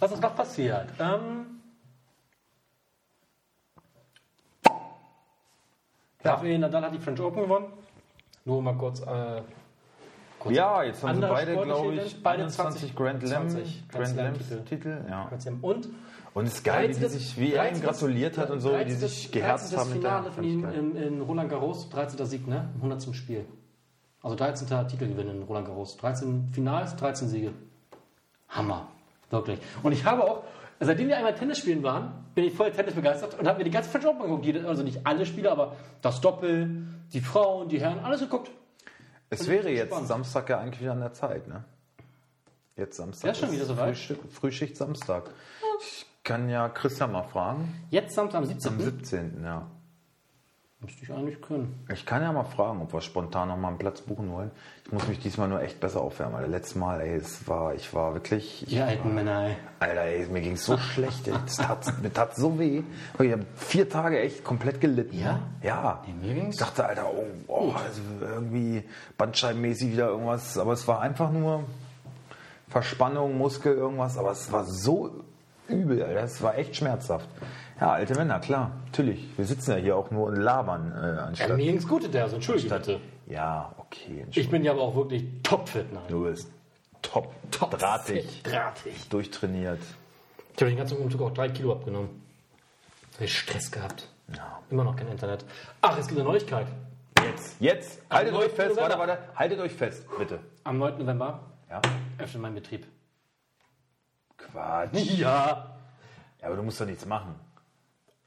B: was ist noch passiert? Ähm,
A: Ja.
B: Rafael Nadal hat die French Open gewonnen. Nur mal kurz. Äh, kurz
A: ja, jetzt haben sie
B: Andere
A: beide,
B: sportliche
A: glaube ich,
B: Events, beide 20
A: Grand Slam,
B: 20
A: Grand
B: Grand Slam
A: Slams
B: Titel.
A: Titel. Ja.
B: kurz eben. Und
A: Und es ist geil, wie, die
B: 13.
A: sich, wie er ihm
B: 13.
A: gratuliert hat und so, wie die
B: 13.
A: sich geherzt haben.
B: Finale von ihm
A: hinterher.
B: in, in Roland Garros, 13. Sieg, ne? Im 100. Spiel. Also 13. Titelgewinn in Roland Garros. 13 Finals, 13 Siege. Hammer. Wirklich. Und ich habe auch, seitdem wir einmal Tennis spielen waren, bin ich voll Tennis begeistert und habe mir die ganze French Open geguckt. Jede- Also nicht alle Spiele, aber das Doppel, die Frauen, die Herren, alles geguckt.
A: Es wäre jetzt
B: Spannend.
A: Samstag ja eigentlich wieder an der Zeit, ne? Jetzt Samstag.
B: Ja, schon wieder soweit.
A: Frühschicht, Frühschicht Samstag. Ich kann ja Christian mal fragen.
B: Jetzt Samstag am 17.
A: Am 17. Ja.
B: Müsste ich eigentlich können.
A: Ich kann ja mal fragen, ob wir spontan noch mal einen Platz buchen wollen. Ich muss mich diesmal nur echt besser aufwärmen. Alter. Letztes Mal, ey, es war, ich war wirklich, ich,
B: Die alten Männer, ey.
A: Alter, ey, mir ging so schlecht. Ey. Das tat, mir tat so weh. Ich habe vier Tage echt komplett gelitten. ne?
B: Ja?
A: Ja.
B: Nee, mir ging's-
A: Ich dachte, Alter, oh, oh also irgendwie bandscheibenmäßig wieder irgendwas. Aber es war einfach nur Verspannung, Muskel, irgendwas. Aber es war so übel, Alter. Es war echt schmerzhaft. Ja, alte Männer, klar, natürlich. Wir sitzen ja hier auch nur und labern äh,
B: Ja,
A: anstatt.
B: mir ging's gut in der, so entschuldige bitte.
A: Ja, okay. Entschuldigung.
B: Ich bin ja aber auch wirklich topfit, nein.
A: Du bist top, top drahtig,
B: Drahtig.
A: durchtrainiert.
B: Ich habe den ganzen Umzug auch drei Kilo abgenommen. Hab ich Stress gehabt.
A: Ja.
B: Immer noch kein Internet. Ach, es gibt eine Neuigkeit.
A: Jetzt, jetzt, haltet
B: Am
A: euch
B: 9.
A: fest, warte,
B: November.
A: warte, haltet euch fest, bitte.
B: Am 9. November
A: Ja?
B: öffnet mein Betrieb.
A: Quatsch.
B: Ja.
A: Ja, aber du musst doch nichts machen.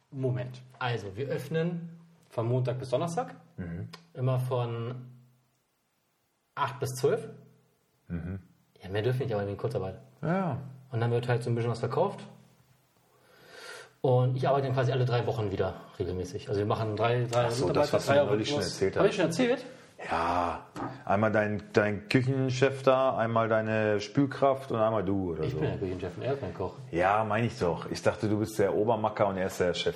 B: Moment. Also, wir öffnen von Montag bis Donnerstag. Mhm. Immer von 8 bis 12. Mhm. Ja, mehr dürfen nicht, aber wegen Kurzarbeit.
A: Ja.
B: Und dann wird halt so ein bisschen was verkauft. Und ich arbeite dann quasi alle drei Wochen wieder regelmäßig. Also wir machen drei, drei
A: so, das, was du mir neulich schon erzählt
B: Habe
A: hast.
B: ich schon erzählt?
A: Ja. Einmal dein, dein Küchenchef da, einmal deine Spülkraft und einmal du oder
B: Ich
A: so.
B: bin ja Küchenchef und er ist mein Koch.
A: Ja, meine ich doch. Ich dachte, du bist der Obermacker und er ist der Chef.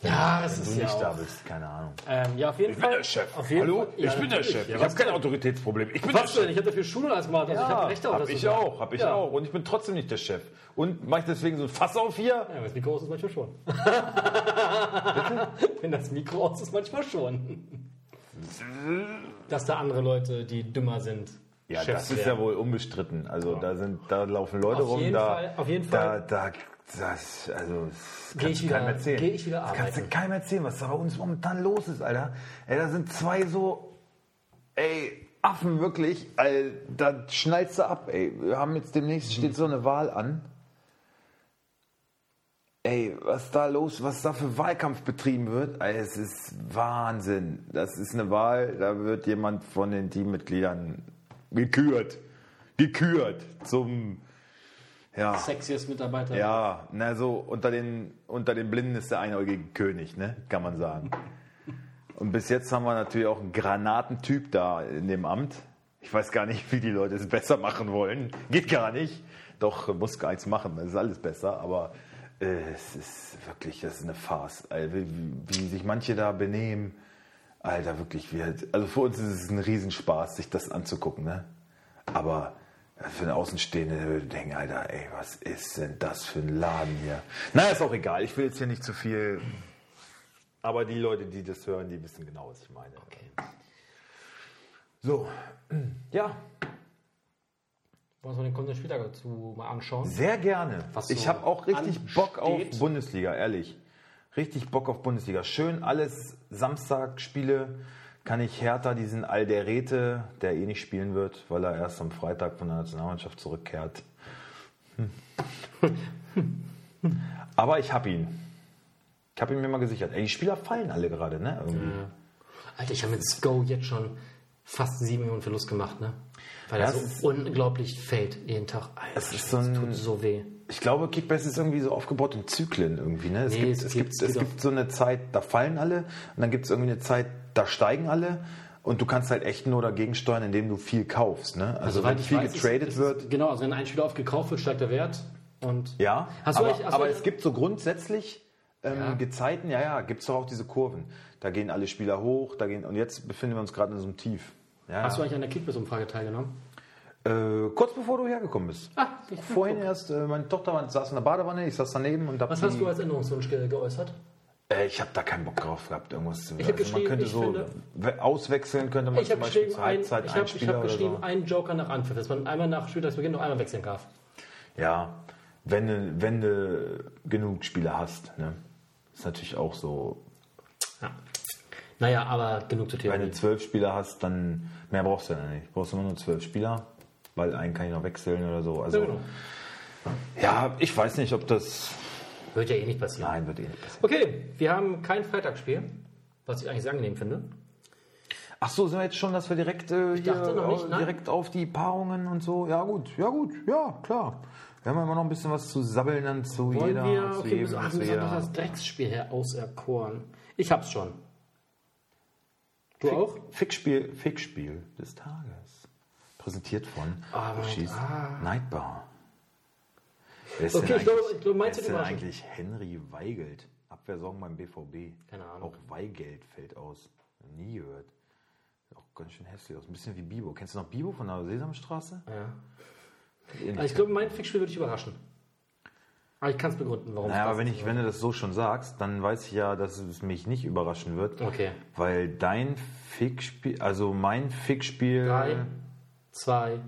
B: Ja, es
A: Du
B: ist ja
A: nicht da
B: auch.
A: bist, keine Ahnung.
B: Ähm, ja, auf jeden Fall. Auf jeden Fall. Ja, natürlich. Ja, was
A: kein Autoritätsproblem. Ich bin
B: was denn? Ich habe dafür Schule als Mann. Also ich habe
A: Ja,
B: Rechte auf
A: hab
B: das.
A: ich
B: zu sagen.
A: auch, hab ich
B: ja.
A: auch. Und ich bin trotzdem nicht der Chef. Und mach ich deswegen so ein Fass auf hier?
B: Ja, wenn das Mikro aus ist, manchmal schon. wenn das Mikro aus ist, manchmal schon. Dass da andere Leute, die dümmer sind,
A: Ja,
B: Chefs
A: das ist ja
B: werden.
A: wohl unbestritten. Also da sind, da laufen Leute
B: Auf
A: rum,
B: jeden
A: da,
B: Fall, auf jeden Fall.
A: da, da, das, also das
B: Geh ich
A: kannst du
B: wieder-
A: keinem erzählen.
B: geh ich wieder
A: das kannst du
B: arbeiten.
A: keinem erzählen, was da bei uns momentan los ist, Alter. Ey, da sind zwei so, ey, Affen wirklich, ey, da schnallst du ab, ey. Wir haben jetzt demnächst, steht so eine Wahl an. Ey, was da los, was da für Wahlkampf betrieben wird, ey, es ist Wahnsinn. Das ist eine Wahl, da wird jemand von den Teammitgliedern gekürt. Gekürt zum, ja,
B: Sexiest Mitarbeiter.
A: ja, na so, unter den, unter den Blinden ist der einäugige König, ne, kann man sagen. Und bis jetzt haben wir natürlich auch einen Granatentyp da in dem Amt. Ich weiß gar nicht, wie die Leute es besser machen wollen. Geht gar nicht. Doch, muss gar nichts machen, das ist alles besser, aber äh, es ist wirklich, das ist eine Farce, Alter, wie, wie sich manche da benehmen. Alter, wirklich, wir, also für uns ist es ein Riesenspaß, sich das anzugucken, ne? Aber äh, für einen Außenstehenden würde ich denken, Alter, ey, was ist denn das für ein Laden hier? Na, ist auch egal, ich will jetzt hier nicht zu viel. Aber die Leute, die das hören, die wissen genau, was ich meine.
B: Okay.
A: So, ja,
B: Wollen wir den kommenden Spieltag dazu mal anschauen?
A: sehr gerne.
B: Genau. Was so
A: ich habe auch richtig
B: ansteht.
A: Bock auf Bundesliga, ehrlich. Richtig Bock auf Bundesliga. Schön alles Samstag-Spiele. Kann ich Hertha diesen Alderete, der eh nicht spielen wird, weil er erst am Freitag von der Nationalmannschaft zurückkehrt. Hm. Aber ich hab ihn. Ich hab ihn mir mal gesichert. Ey, die Spieler fallen alle gerade, ne? Irgendwie.
B: Alter, ich habe mit Sko jetzt schon fast 7 Millionen Verlust gemacht, ne? Weil er
A: Das ist-
B: so unglaublich fällt jeden Tag. Alter,
A: Es ist so ein-
B: tut so weh.
A: Ich glaube, Kickbase ist irgendwie so aufgebaut in Zyklen irgendwie. Ne? Es,
B: Nee,
A: gibt,
B: es
A: es,
B: geht-
A: gibt,
B: es
A: es
B: geht
A: gibt so eine Zeit, da fallen alle und dann gibt es irgendwie eine Zeit, da steigen alle Und du kannst halt echt nur dagegen steuern, indem du viel kaufst. Ne? Also,
B: Soweit
A: wenn
B: ich
A: viel
B: weiß,
A: getradet
B: ist, ist,
A: wird.
B: Genau, also wenn ein Spieler oft gekauft wird, steigt der Wert. Und
A: Ja,
B: Hast du
A: aber,
B: euch- hast
A: aber
B: du-
A: es gibt so grundsätzlich ähm,
B: Ja.
A: Gezeiten, ja, ja, gibt es doch auch diese Kurven. Da gehen alle Spieler hoch, da gehen, und jetzt befinden wir uns gerade in so einem Tief. Ja,
B: hast du eigentlich an der Kickbiss-Umfrage teilgenommen?
A: äh, kurz bevor du hergekommen bist.
B: Ah, ich-
A: Vorhin erst, äh, meine Tochter war- saß in der Badewanne, ich saß daneben und hab
B: Was
A: die-
B: hast du als Änderungswunsch ge geäußert?
A: Äh, ich habe da keinen Bock drauf gehabt, irgendwas zu Also
B: Ich hab
A: Man
B: geschrieben,
A: könnte
B: ich
A: so
B: finde-
A: we- auswechseln, könnte man
B: Ich habe geschrieben, ein, ich hab,
A: einen
B: ich
A: Spieler
B: hab
A: oder
B: geschrieben
A: so.
B: einen Joker nach Anpfiff, dass man einmal nach Spieltagsbeginn noch einmal wechseln darf.
A: Ja, wenn du wenn du genug Spieler hast, ne? Ist natürlich auch so.
B: Ja. Naja, aber genug zur
A: Wenn
B: Theorie.
A: du zwölf Spieler hast, dann mehr brauchst du ja nicht. Brauchst immer nur zwölf Spieler, weil einen kann ich noch wechseln oder so. Also
B: Ja,
A: ja,
B: genau.
A: ich weiß nicht, ob das.
B: Wird ja eh nicht passieren.
A: Nein, wird eh nicht passieren.
B: Okay, wir haben kein Freitagsspiel, was ich eigentlich sehr angenehm finde.
A: Ach so, sind wir jetzt schon, dass wir direkt äh, hier,
B: dachte noch nicht, ne?
A: äh,
B: nein.
A: direkt auf die Paarungen und so. Ja gut, ja gut, ja klar. Wir haben immer noch ein bisschen was zu sabbeln dann zu
B: Wollen
A: jeder,
B: wir,
A: zu
B: okay, ah,
A: jedem,
B: wir haben
A: zu
B: uns
A: jeder.
B: noch das Drecksspiel her auserkoren. Ich hab's schon. Du auch?
A: Fickspiel, Fickspiel des Tages. Präsentiert von
B: Ah, Moment,
A: Schieß Nightbar. Wer ist
B: Okay,
A: denn
B: ich glaube,
A: eigentlich-
B: du meinst
A: wer
B: die
A: ist denn
B: Überraschung.
A: eigentlich Henry Weigelt? Abwehrsorgen beim BVB.
B: Keine Ahnung.
A: Auch Weigelt fällt aus. Nie gehört. Auch ganz schön hässlich aus. Ein bisschen wie Bibo. Kennst du noch Bibo von der Sesamstraße?
B: Ja. Also ich glaube, mein Fickspiel würde dich überraschen. Aber ich kann es begründen, warum
A: Naja,
B: es
A: aber wenn,
B: passt.
A: ich, wenn du das so schon sagst, dann weiß ich ja, dass es mich nicht überraschen wird.
B: Okay.
A: Weil dein Fickspiel, also mein Fickspiel.
B: Drei, zwei,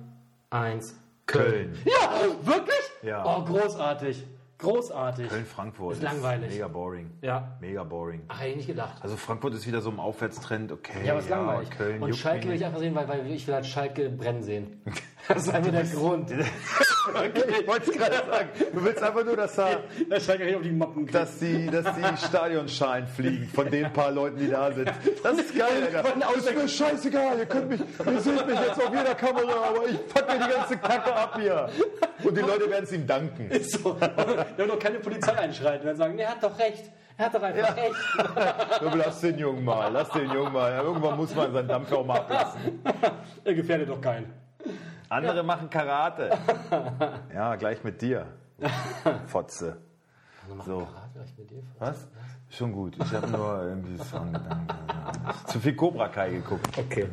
B: eins.
A: Köln.
B: Ja, wirklich?
A: Ja.
B: Oh, großartig. Großartig.
A: Köln-Frankfurt.
B: Ist langweilig.
A: Mega boring.
B: Ja.
A: Mega boring.
B: Ach, hätte ich nicht gedacht.
A: Also Frankfurt ist wieder so im Aufwärtstrend, okay.
B: Ja, aber es ist langweilig.
A: Köln
B: und
A: juckt
B: Schalke will
A: mich
B: ich einfach sehen, weil, weil ich will halt Schalke brennen sehen. Das ist einfach der Grund.
A: nicht. Ich wollte es gerade sagen. Du willst einfach nur, dass, da,
B: Das Schalke richtig auf die Mappen kriegt.
A: dass, die, dass die Stadionschalen fliegen von den paar Leuten, die da sind. Das ist geil, Alter.
B: Von außen-
A: Ist mir scheißegal, ihr könnt mich, ihr seht mich jetzt auf jeder Kamera, aber ich fuck mir die ganze Kacke ab hier. Und die Leute werden es ihm danken.
B: Ist so. Wir haben doch keine Polizei einschreiten und sagen, nee, er hat doch recht. Er hat doch einfach recht.
A: Aber lass den Jungen mal, lass den Jungen mal. Ja, Irgendwann muss man seinen Dampf auch mal ablassen.
B: Er gefährdet doch keinen.
A: Andere machen Karate. ja, gleich mit dir. Fotze.
B: Also
A: So, was? Schon gut. Ich habe nur irgendwie so einen Gedanken. zu viel Cobra Kai geguckt.
B: Okay.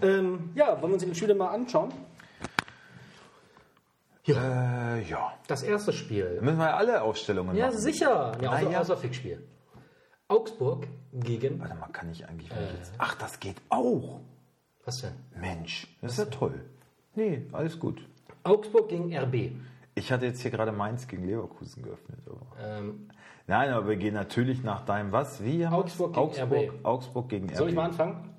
B: Ähm, ja, wollen wir uns die Spiele mal anschauen?
A: Äh, ja.
B: Das erste Spiel.
A: Müssen wir alle Aufstellungen
B: Ja,
A: machen.
B: sicher. Ja, außer,
A: Naja.
B: außer Fickspiel. Augsburg gegen.
A: Warte mal, kann ich eigentlich wenn ich jetzt. Ach, das geht auch.
B: Was denn?
A: Mensch, das ist ja toll. Nee, alles gut.
B: Augsburg gegen RB.
A: Ich hatte jetzt hier gerade Mainz gegen Leverkusen geöffnet. Aber.
B: Ähm,
A: Nein, aber wir gehen natürlich nach deinem was? Wie haben wir es?
B: Augsburg gegen
A: Augsburg,
B: RB.
A: Augsburg gegen RB.
B: soll ich mal anfangen?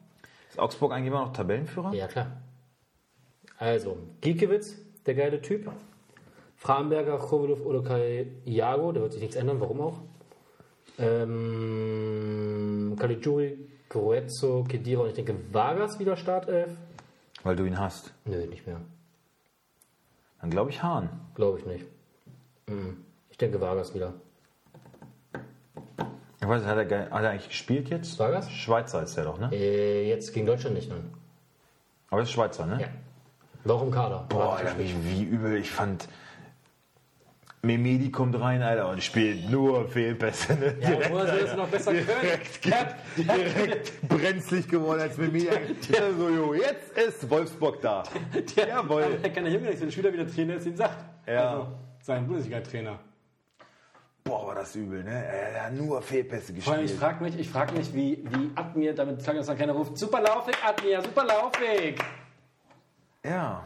A: Ist Augsburg eigentlich immer noch Tabellenführer?
B: Ja, klar. Also, Giekewitz, der geile Typ. Framberger, Chovelow, Olokai, Iago, da wird sich nichts ändern, warum auch. Ähm, Caligiuri, Gruezzo, Kedira und ich denke Vargas wieder Startelf.
A: Weil du ihn hast.
B: Nö, nicht mehr.
A: Dann glaube ich Hahn.
B: Glaube ich nicht. Mhm. Ich denke Vargas wieder.
A: Ich weiß nicht, hat er, ge- hat er eigentlich gespielt jetzt?
B: Vargas?
A: Schweizer ist er doch, ne?
B: Äh, jetzt gegen Deutschland nicht, nein.
A: Aber er ist Schweizer, ne?
B: Ja. War auch im Kader.
A: Boah, Alter, wie, wie übel. Ich fand. Memedi kommt rein, Alter, und spielt nur Fehlpässe. Ne?
B: Ja, obwohl er jetzt noch besser
A: direkt, direkt brenzlig geworden als Memedi. Ja, so, jo, jetzt ist Wolfsburg da.
B: Der,
A: Jawohl.
B: Der kann ja immer nichts, wenn der Spieler wieder Trainer ist, ihn sagt. Also,
A: Ja.
B: sein Bundesliga-Trainer.
A: Boah, war das übel, ne? Er hat nur Fehlpässe
B: Vor allem, ich
A: gespielt.
B: frage mich, ich frag mich, wie, wie Admir damit sagen, dass dann keiner ruft, super Laufweg, Admir, super Laufweg.
A: Ja.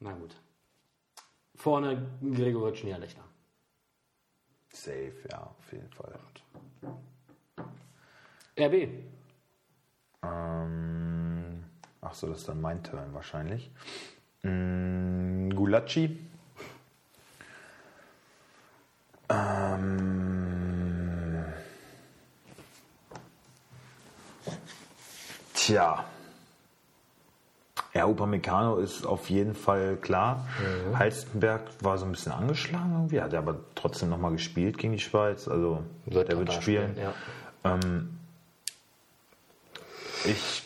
B: Na gut. Vorne Gregoritsch, Niederlechner.
A: Safe, ja, auf jeden Fall.
B: RB.
A: Ähm, ach so, das ist dann mein Turn wahrscheinlich. Mm, Gulacsi. Ähm, tja. Ja, Upamecano ist auf jeden Fall klar. Halstenberg war so ein bisschen angeschlagen irgendwie, hat er aber trotzdem nochmal gespielt gegen die Schweiz. Also der
B: auch
A: wird
B: da
A: spielen.
B: Ja.
A: Ich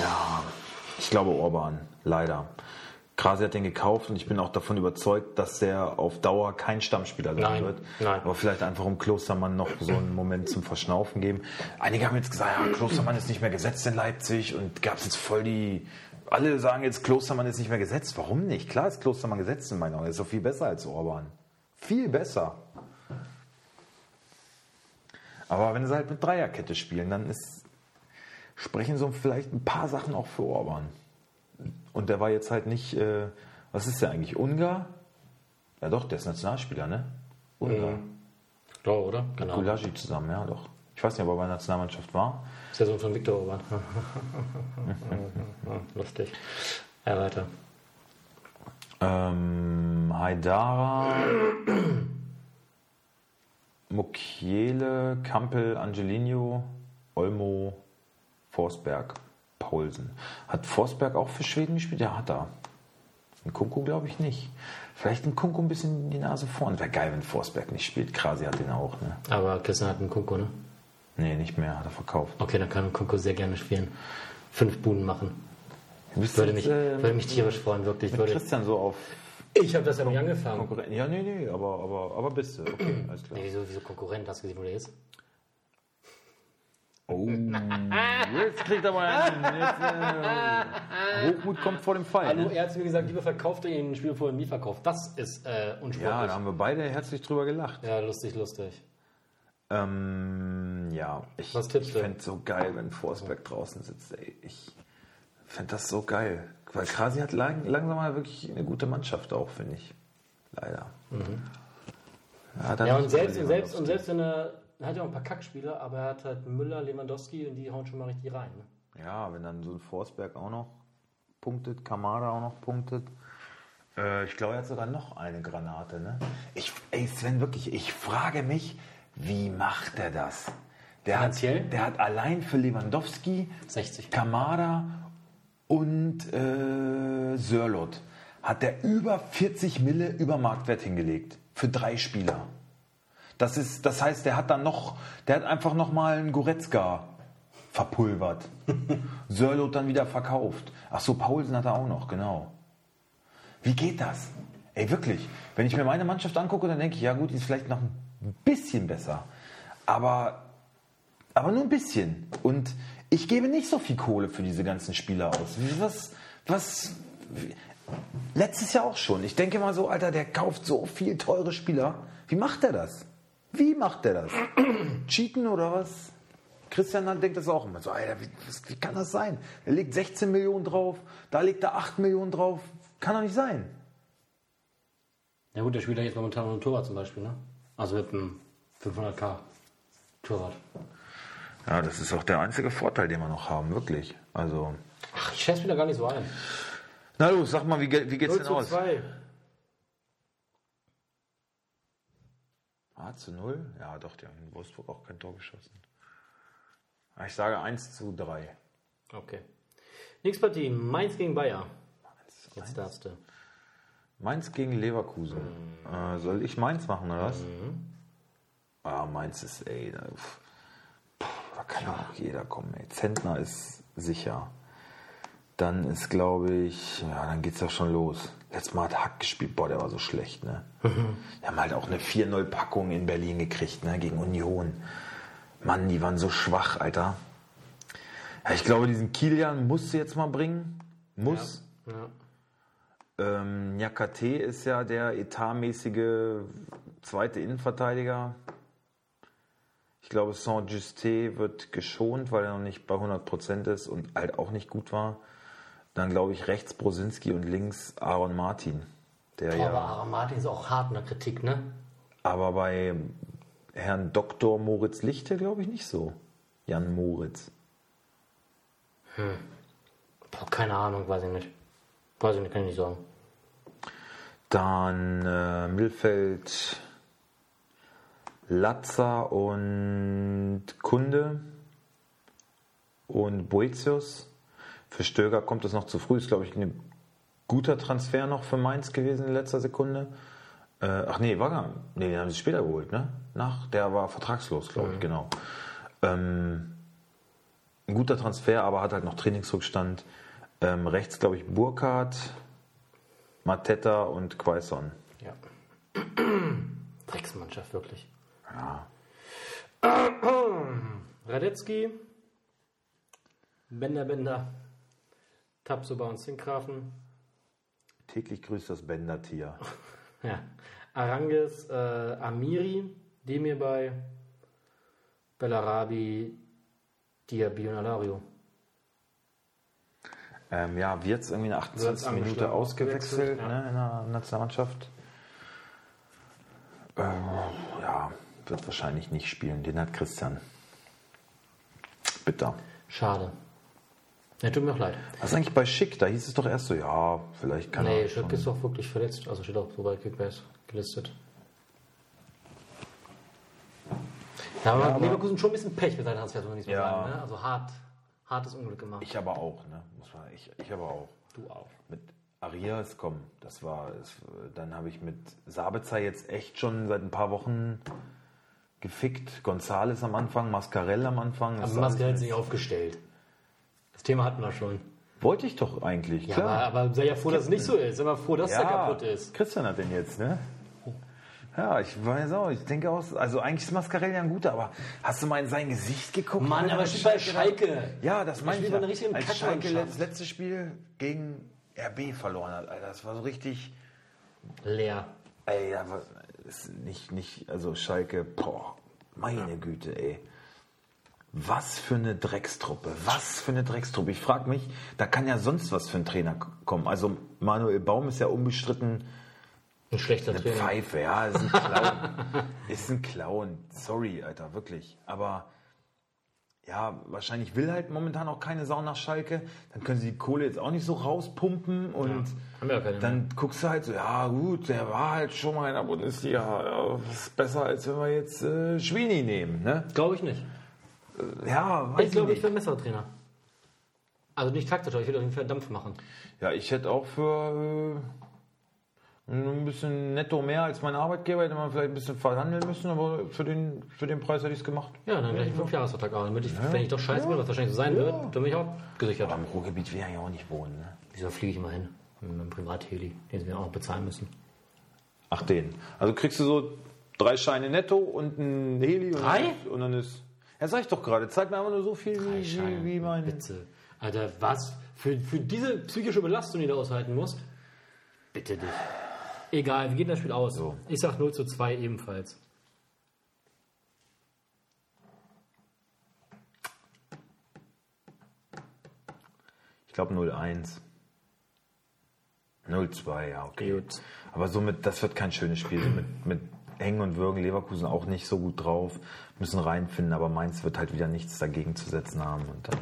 A: Ja, ich glaube Orban, leider. Krasi hat den gekauft und ich bin auch davon überzeugt, dass der auf Dauer kein Stammspieler sein
B: Nein,
A: wird.
B: nein.
A: Aber vielleicht einfach um Klostermann noch so einen Moment zum Verschnaufen geben. Einige haben jetzt gesagt, ja, Klostermann ist nicht mehr gesetzt in Leipzig und gab es jetzt voll die. Alle sagen jetzt, Klostermann ist nicht mehr gesetzt. Warum nicht? Klar ist Klostermann gesetzt in meinen Augen. Er ist doch viel besser als Orban. Viel besser. Aber wenn sie halt mit Dreierkette spielen, dann ist, sprechen so vielleicht ein paar Sachen auch für Orban. Und der war jetzt halt nicht, äh, was ist der eigentlich, Ungar? Ja doch, der ist Nationalspieler, ne? Ungar.
B: Ja, oder? Genau.
A: Gulagi zusammen, ja doch. Ich weiß nicht, ob er bei der Nationalmannschaft war.
B: Das ist der Sohn von Viktor Orban. Lustig. Ja, weiter.
A: Ähm, Haidara, Mukiele, Kampel, Angelino, Olmo, Forsberg, Paulsen. Hat Forsberg auch für Schweden gespielt? Ja, hat er. Ein Kunku glaube ich nicht. Vielleicht ein Kunku ein bisschen die Nase vorn. Wäre geil, wenn Forsberg nicht spielt. Krasi hat den auch, ne?
B: Aber Christian hat einen Kunko, ne?
A: Nee, nicht mehr, hat er verkauft.
B: Okay, dann kann Kunko sehr gerne spielen. Fünf Buden machen. Würde mich, würde mich tierisch freuen, wirklich. Würde.
A: äh, Christian so auf
B: Ich habe das ja noch nicht angefangen.
A: Konkurrenten. Ja, nee, nee, aber, aber, aber bist du. Okay, alles klar.
B: Nee, wieso, wieso Konkurrent? Hast du gesehen, wo der ist?
A: Oh, jetzt kriegt er mal einen. Jetzt, äh, Hochmut kommt vor dem Fall.
B: Hallo,
A: Ne?
B: er hat zu mir gesagt, lieber verkauft ihr ihn ein Spiel vorher nie verkauft. Das ist äh,
A: Ja, da
B: unsportlich.
A: haben wir beide herzlich drüber gelacht.
B: Ja, lustig, lustig.
A: Ähm, ja, ich,
B: Was tippst
A: ich
B: du?
A: fände so geil, wenn Forsberg draußen sitzt. Ey. Ich fände das so geil. Weil Krasi hat lang, langsam mal wirklich eine gute Mannschaft auch, finde ich. Leider. Ja, dann
B: Mhm. Ja,
A: nicht mal
B: und selbst, und selbst,
A: Lewandowski.
B: und selbst wenn er, er hat ja auch ein paar Kackspieler, aber er hat halt Müller, Lewandowski und die hauen schon mal richtig rein. Ne?
A: Ja, wenn dann so ein Forsberg auch noch punktet, Kamada auch noch punktet. Äh, ich glaube, er hat sogar noch eine Granate. Ne? Ich, ey Sven, wirklich, ich frage mich, wie macht er das? Der hat,
B: Finanziell?
A: der hat allein für Lewandowski,
B: 60.
A: Kamada und äh, Sörlot hat er über 40 Mille über Marktwert hingelegt. Für drei Spieler. Das, ist, das heißt, der hat dann noch, der hat einfach nochmal einen Goretzka verpulvert. Sörlot dann wieder verkauft. Ach so, Paulsen hat er auch noch, genau. Wie geht das? Ey, wirklich. Wenn ich mir meine Mannschaft angucke, dann denke ich, ja gut, die ist vielleicht noch ein bisschen besser. Aber, aber nur ein bisschen. Und ich gebe nicht so viel Kohle für diese ganzen Spieler aus. Wie- Was, was, wie- letztes Jahr auch schon. Ich denke mal so, Alter, der kauft so viel teure Spieler. Wie macht er das? Wie macht er das? Cheaten oder was? Christian dann denkt das auch immer so, Alter, wie, was, wie kann das sein? Er legt 16 Millionen drauf, da legt er 8 Millionen drauf. Kann doch nicht sein.
B: Ja gut, der spielt ja jetzt momentan mit dem Torwart zum Beispiel, ne? Also mit einem 500k Torwart.
A: Ja, das ist auch der einzige Vorteil, den wir noch haben, wirklich. Also.
B: Ach, ich schätze mir da gar nicht so ein.
A: Na los, sag mal, wie, ge- wie geht's
B: 0
A: denn
B: zu
A: aus?
B: 2.
A: Ah, zu 0? Ja, doch, die haben in Wolfsburg auch kein Tor geschossen. Ah, Ich sage 1 zu 3.
B: Okay. Nächste Partie, Mainz gegen Bayer. Jetzt darfst du.
A: Mainz gegen Leverkusen. Äh, soll ich Mainz machen, oder was? Ah, Mainz ist, ey, da, pff, da kann ja auch jeder kommen, ey. Zentner ist sicher. Dann ist, glaube ich, ja, dann geht's ja schon los. Letztes Mal hat Hack gespielt, boah, der war so schlecht, ne? Die haben halt auch eine 4-0-Packung in Berlin gekriegt, ne, gegen Union. Mann, die waren so schwach, Alter. Ja, ich glaube, diesen Kilian musst du jetzt mal bringen. Muss.
B: Ja.
A: Ähm, Nyakate ist ja der etatmäßige zweite Innenverteidiger. Ich glaube, Saint-Juste wird geschont, weil er noch nicht bei 100% ist und halt auch nicht gut war. Dann glaube ich rechts Brosinski und links Aaron Martin. Der
B: Boah, Aber
A: ja,
B: Aaron Martin ist auch hart in der Kritik, ne?
A: aber bei Herrn Dr. Moritz Lichte glaube ich nicht so. Jan Moritz.
B: Boah, keine Ahnung, weiß ich nicht. Weiß ich nicht, kann ich nicht sagen.
A: Dann äh, Mittelfeld Latza und Kunde und Boetius. Für Stöger kommt es noch zu früh. Ist, glaube ich, ein guter Transfer noch für Mainz gewesen in letzter Sekunde. Äh, ach nee, war gar Nee, den haben sie später geholt, ne? Nach, der war vertragslos, glaube ich, genau. Ähm, ein guter Transfer, aber hat halt noch Trainingsrückstand. Ähm, rechts, glaube ich, Burkhardt, Mateta und Quaison.
C: Ja. Drecksmannschaft, wirklich. Ja. Radetzky, Bender Bender, Tapsoba und Zinkgrafen,
A: Täglich grüßt das Bender-Tier.
C: ja. Aranges, äh, Amiri, Demirbay, Bellarabi, Diaby und Alario.
A: Ähm, ja, wird irgendwie in der 28.
C: Wirtz
A: Minute ausgewechselt
C: ausgewechselt, ja.
A: ne, in der Nationalmannschaft. Ähm, ja, wird wahrscheinlich nicht spielen. Den hat Christian. Bitter.
C: Schade. Ja, tut mir auch leid.
A: Was ist eigentlich bei Schick? Da hieß es doch erst so, ja, vielleicht kann
C: Nee,
A: er.
C: Schöpke ist doch wirklich verletzt. Also steht auch so bei Kickbase gelistet. Ja, aber, Leverkusen schon ein bisschen Pech mit seinen Transfers, muss man nicht so
A: Ja.
C: sagen. Ne? Also hart, hartes Unglück gemacht.
A: Ich aber auch, ne? Muss man, ich, ich aber auch.
C: du auch.
A: Mit Arias kommen, das war es. Dann habe ich mit Sabitzer jetzt echt schon seit ein paar Wochen gefickt. Gonzales am Anfang, Mascarell am Anfang. Das
C: Aber
A: ist alles-
C: Mascarell hat sich aufgestellt. Das Thema hatten wir schon.
A: Wollte ich doch eigentlich,
C: Ja,
A: klar.
C: aber, aber sei ja froh, dass es nicht so ist. Sei mal froh, dass der kaputt ist.
A: Christian hat den jetzt, ne? Ja, ich weiß auch. Ich denke auch, also eigentlich ist Mascarell ja ein guter, aber hast du mal in sein Gesicht geguckt?
C: Mann,
A: Alter,
C: aber
A: als
C: steht bei Schalke.
A: Ja, das meine ich.
C: spielt
A: ja.
C: bei einer richtigen
A: Als
C: Kackmannschaft.
A: Schalke das letzte Spiel gegen RB verloren hat, Alter, das war so richtig.
C: Leer.
A: Ey, aber ist nicht, nicht, also Schalke, boah, meine Güte, ey. Was für eine Dreckstruppe, was für eine Dreckstruppe. Ich frage mich, da kann ja sonst was für ein Trainer k- kommen. Also Manuel Baum ist ja unbestritten
C: Ein schlechter Trainer.
A: Pfeife, ja, ist ein Clown. ist ein Clown. Sorry, Alter, wirklich. Aber ja, wahrscheinlich will halt momentan auch keine Sau nach Schalke. Dann können sie die Kohle jetzt auch nicht so rauspumpen und
C: Haben wir ja keine
A: dann guckst du halt so, ja gut, der war halt schon mal in der Bundesliga. Ja, ist besser, als wenn wir jetzt äh, Schwini nehmen, ne?
C: Glaube ich nicht.
A: Ja, weiß
C: Ich
A: ich,
C: glaube, ich
A: nicht.
C: wäre ein besserer Trainer. Also nicht taktisch, aber ich würde auf jeden Fall Dampf machen.
A: Ja, ich hätte auch für äh, ein bisschen netto mehr als mein Arbeitgeber, hätte man vielleicht ein bisschen verhandeln müssen, aber für den, für den Preis hätte ich es gemacht.
C: Ja, dann gleich einen Fünfjahresvertrag auch. Damit ich, Wenn ich doch scheiße bin, was wahrscheinlich so sein wird, dann bin ich auch gesichert.
A: Am Ruhrgebiet will er ja auch nicht wohnen, ne?
C: Wieso fliege ich mal hin? Mit meinem Privatheli, den sie mir auch noch bezahlen müssen.
A: Ach, den. Also kriegst du so drei Scheine netto und ein Heli. und
C: Drei?
A: dann ist- Und dann ist. Ja, sag ich doch gerade. Zeig mir einfach nur so viel wie, wie, wie mein.
C: Witze. Alter, was? Für, für diese psychische Belastung, die du aushalten musst? Bitte dich. Egal, wie geht das Spiel aus?
A: So.
C: Ich sag 0 zu 2 ebenfalls.
A: Ich glaube 01. 02, ja, okay.
C: Gut.
A: Aber somit, das wird kein schönes Spiel. Mit, mit Hängen und Würgen, Leverkusen auch nicht so gut drauf. Müssen reinfinden, aber Mainz wird halt wieder nichts dagegen zu setzen haben. Und dann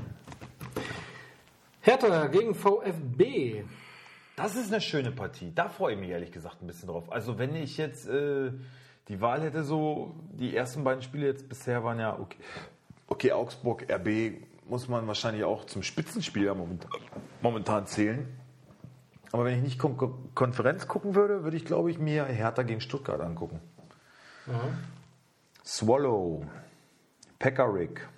C: Hertha gegen VfB.
A: Das ist eine schöne Partie. Da freue ich mich ehrlich gesagt ein bisschen drauf. Also wenn ich jetzt äh, die Wahl hätte, so die ersten beiden Spiele jetzt bisher waren ja okay, okay Augsburg, RB muss man wahrscheinlich auch zum Spitzenspieler momentan, momentan zählen. Aber wenn ich nicht Kon Kon- Konferenz gucken würde, würde ich glaube ich mir Hertha gegen Stuttgart angucken. Mhm. Swallow, Pekarik,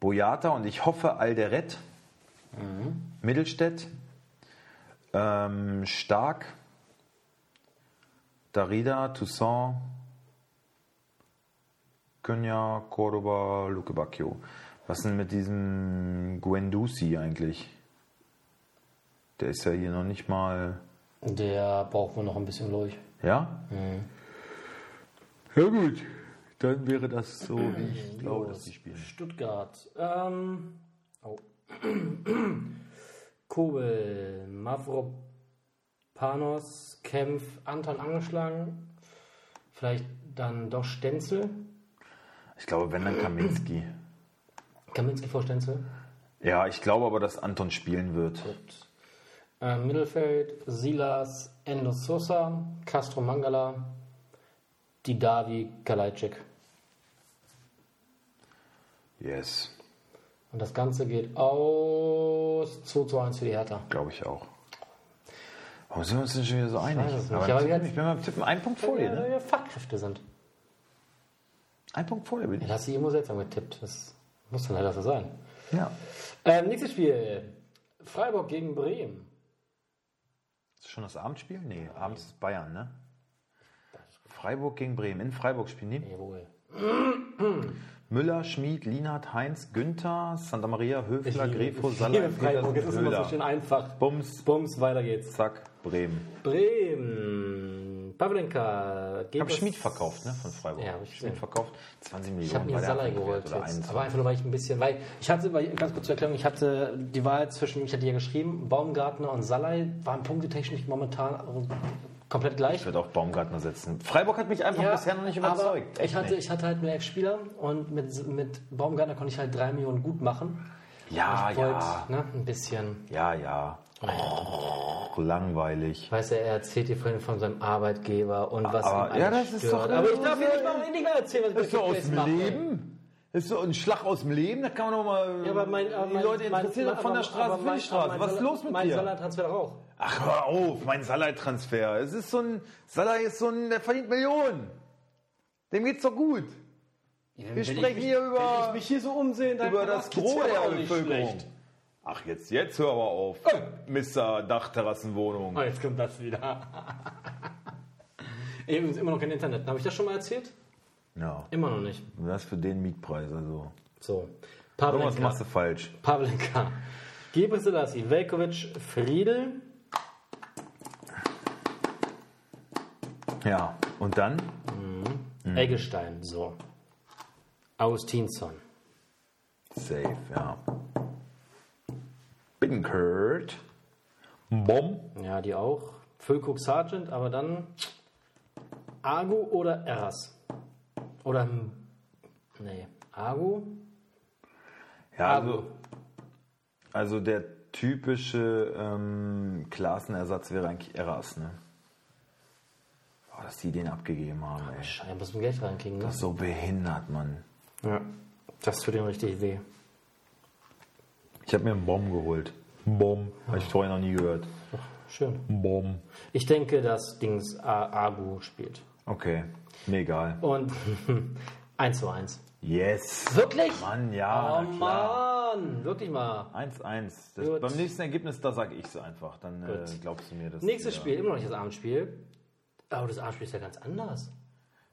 A: Boyata und ich hoffe Alderet. Mittelstädt, ähm, Stark, Darida, Toussaint, Könja, Cordoba, Luke Bacchio. Was denn mit diesem Guendouzi eigentlich? Der ist ja hier noch nicht mal.
C: Der braucht wohl noch ein bisschen Leuch.
A: Ja? Ja, gut. Dann wäre das so, wie ich glaube, dass die spielen.
C: Stuttgart. Ähm, oh. Kobel, Mavropanos, Kempf, Anton angeschlagen. Vielleicht dann doch Stenzel.
A: Ich glaube, wenn, dann Kaminski.
C: Kaminski vor Stenzel.
A: Ja, ich glaube aber, dass Anton spielen wird.
C: Gut. Ähm, Mittelfeld, Silas, Endo Sosa, Castro Mangala, Didavi, Kalajdzic.
A: Yes,
C: Und das Ganze geht aus 2 zu 1 für die Hertha.
A: Glaube ich auch. Warum sind wir uns denn schon wieder so einig?
C: weiß es nicht,
A: Aber
C: aber
A: Tippen,
C: jetzt-
A: ich bin beim Tippen einen Punkt vor dir. Ne?
C: Fachkräfte sind.
A: Ein Punkt vorne bin ich.
C: Dann hast du irgendwo seltsam getippt. Das muss dann leider so sein.
A: Ja.
C: Ähm, nächstes Spiel. Freiburg gegen Bremen.
A: Ist schon das Abendspiel? Nee, abends ist Bayern, ne? Freiburg gegen Bremen. In Freiburg spielen die.
C: Jawohl.
A: Müller, Schmid, Lienhardt, Heinz, Günther, Santa Maria, Höfler, Grefo, Salah,
C: Salah, Freiburg. Es ist immer so schön einfach.
A: Bums,
C: Bums, weiter geht's.
A: zack, Bremen.
C: Bremen. Pavlenka. Geht
A: Hab
C: das-
A: Schmid verkauft, ne? Von Freiburg.
C: Ja, hab ich
A: Schmid
C: gesehen.
A: verkauft. 20 Millionen.
C: Ich habe mir
A: war der
C: Salah
A: Anfangswert
C: geholt
A: Oder
C: jetzt.
A: 21.
C: Aber einfach nur, weil ich ein bisschen, weil ich hatte, weil, ganz kurz zur Erklärung, ich hatte die Wahl zwischen, ich hatte ja geschrieben, Baumgartner und Salah waren punktetechnisch momentan komplett gleich.
A: Ich würde auch Baumgartner setzen. Freiburg hat mich einfach bisher noch nicht überzeugt.
C: Aber ich, hatte,
A: nicht.
C: ich hatte halt nur elf Spieler und mit, mit Baumgartner konnte ich halt drei Millionen gut machen.
A: Ah, ja,
C: ich wollte
A: ja,
C: ne, ein bisschen.
A: ja, ja. Oh, langweilig.
C: Weißt du, er erzählt dir vorhin von seinem Arbeitgeber und was
A: aber-
C: alles
A: ja, das ist doch-
C: Aber ich darf
A: das
C: dir
A: ist-
C: nicht mal nicht mal erzählen, was ich
A: Ist so aus
C: jetzt
A: dem
C: mache.
A: Leben? Ist so ein Schlag aus dem Leben? Da kann man doch mal.
C: Ja, aber mein, aber
A: die
C: mein,
A: Leute interessieren
C: mein,
A: doch von
C: aber-
A: der Straße
C: aber
A: für
C: mein-
A: die Straße.
C: aber mein
A: Was ist
C: Salah-
A: los mit
C: mein
A: dir?
C: Mein Salah-Transfer doch auch.
A: Ach, hör auf, mein Salah-Transfer. Es ist so ein. Salah ist so ein. Der verdient Millionen. Dem geht's doch gut. Wir sprechen hier über.
C: mich hier so umsehen, dann
A: über das Gros der Bevölkerung. Ach, jetzt, jetzt hör aber auf,
C: Äh.
A: Mr. Dachterrassenwohnung.
B: Ah,
C: Oh, jetzt kommt das wieder. Ey, übrigens immer noch kein Internet. Habe ich das schon mal erzählt?
A: Ja,
C: Immer noch nicht.
A: das für den Mietpreis, also.
C: So.
A: Irgendwas
C: Pavlenka.
A: machst du falsch.
C: Pavlenka. Gebre Selassie, Velkovic, Friedel.
A: Ja, und dann?
C: Mhm. Eggestein. So. Augustinsson.
A: Safe, ja. Binkert. Bomb.
C: Ja, die auch. Füllkrug Sargent, aber dann Agu oder Eras. Oder M- nee, Agu?
A: Ja, also, also der typische ähm, Klassenersatz wäre eigentlich Eras, ne? Boah, dass die den abgegeben haben, ey.
C: Scheiße, muss man Geld reinkriegen, ne?
A: So behindert, Mann.
C: Ja. Das tut ihm richtig weh.
A: Ich habe mir einen Bomb geholt. Einen Bomb. Habe ich vorher noch nie gehört.
C: Schön.
A: Einen Bomb.
C: Ich denke, dass Dings A- Agu spielt.
A: Okay. Mir egal.
C: Und 1 zu 1.
A: Yes.
C: Wirklich?
A: Mann, ja.
C: oh Mann, wirklich mal.
A: 1-1. Das-
C: Gut.
A: Beim nächsten Ergebnis, da sage ich es einfach. Dann äh, glaubst du mir das.
C: Nächstes
A: ja.
C: Spiel, immer noch nicht das Abendspiel. Aber das Abendspiel ist ja ganz anders.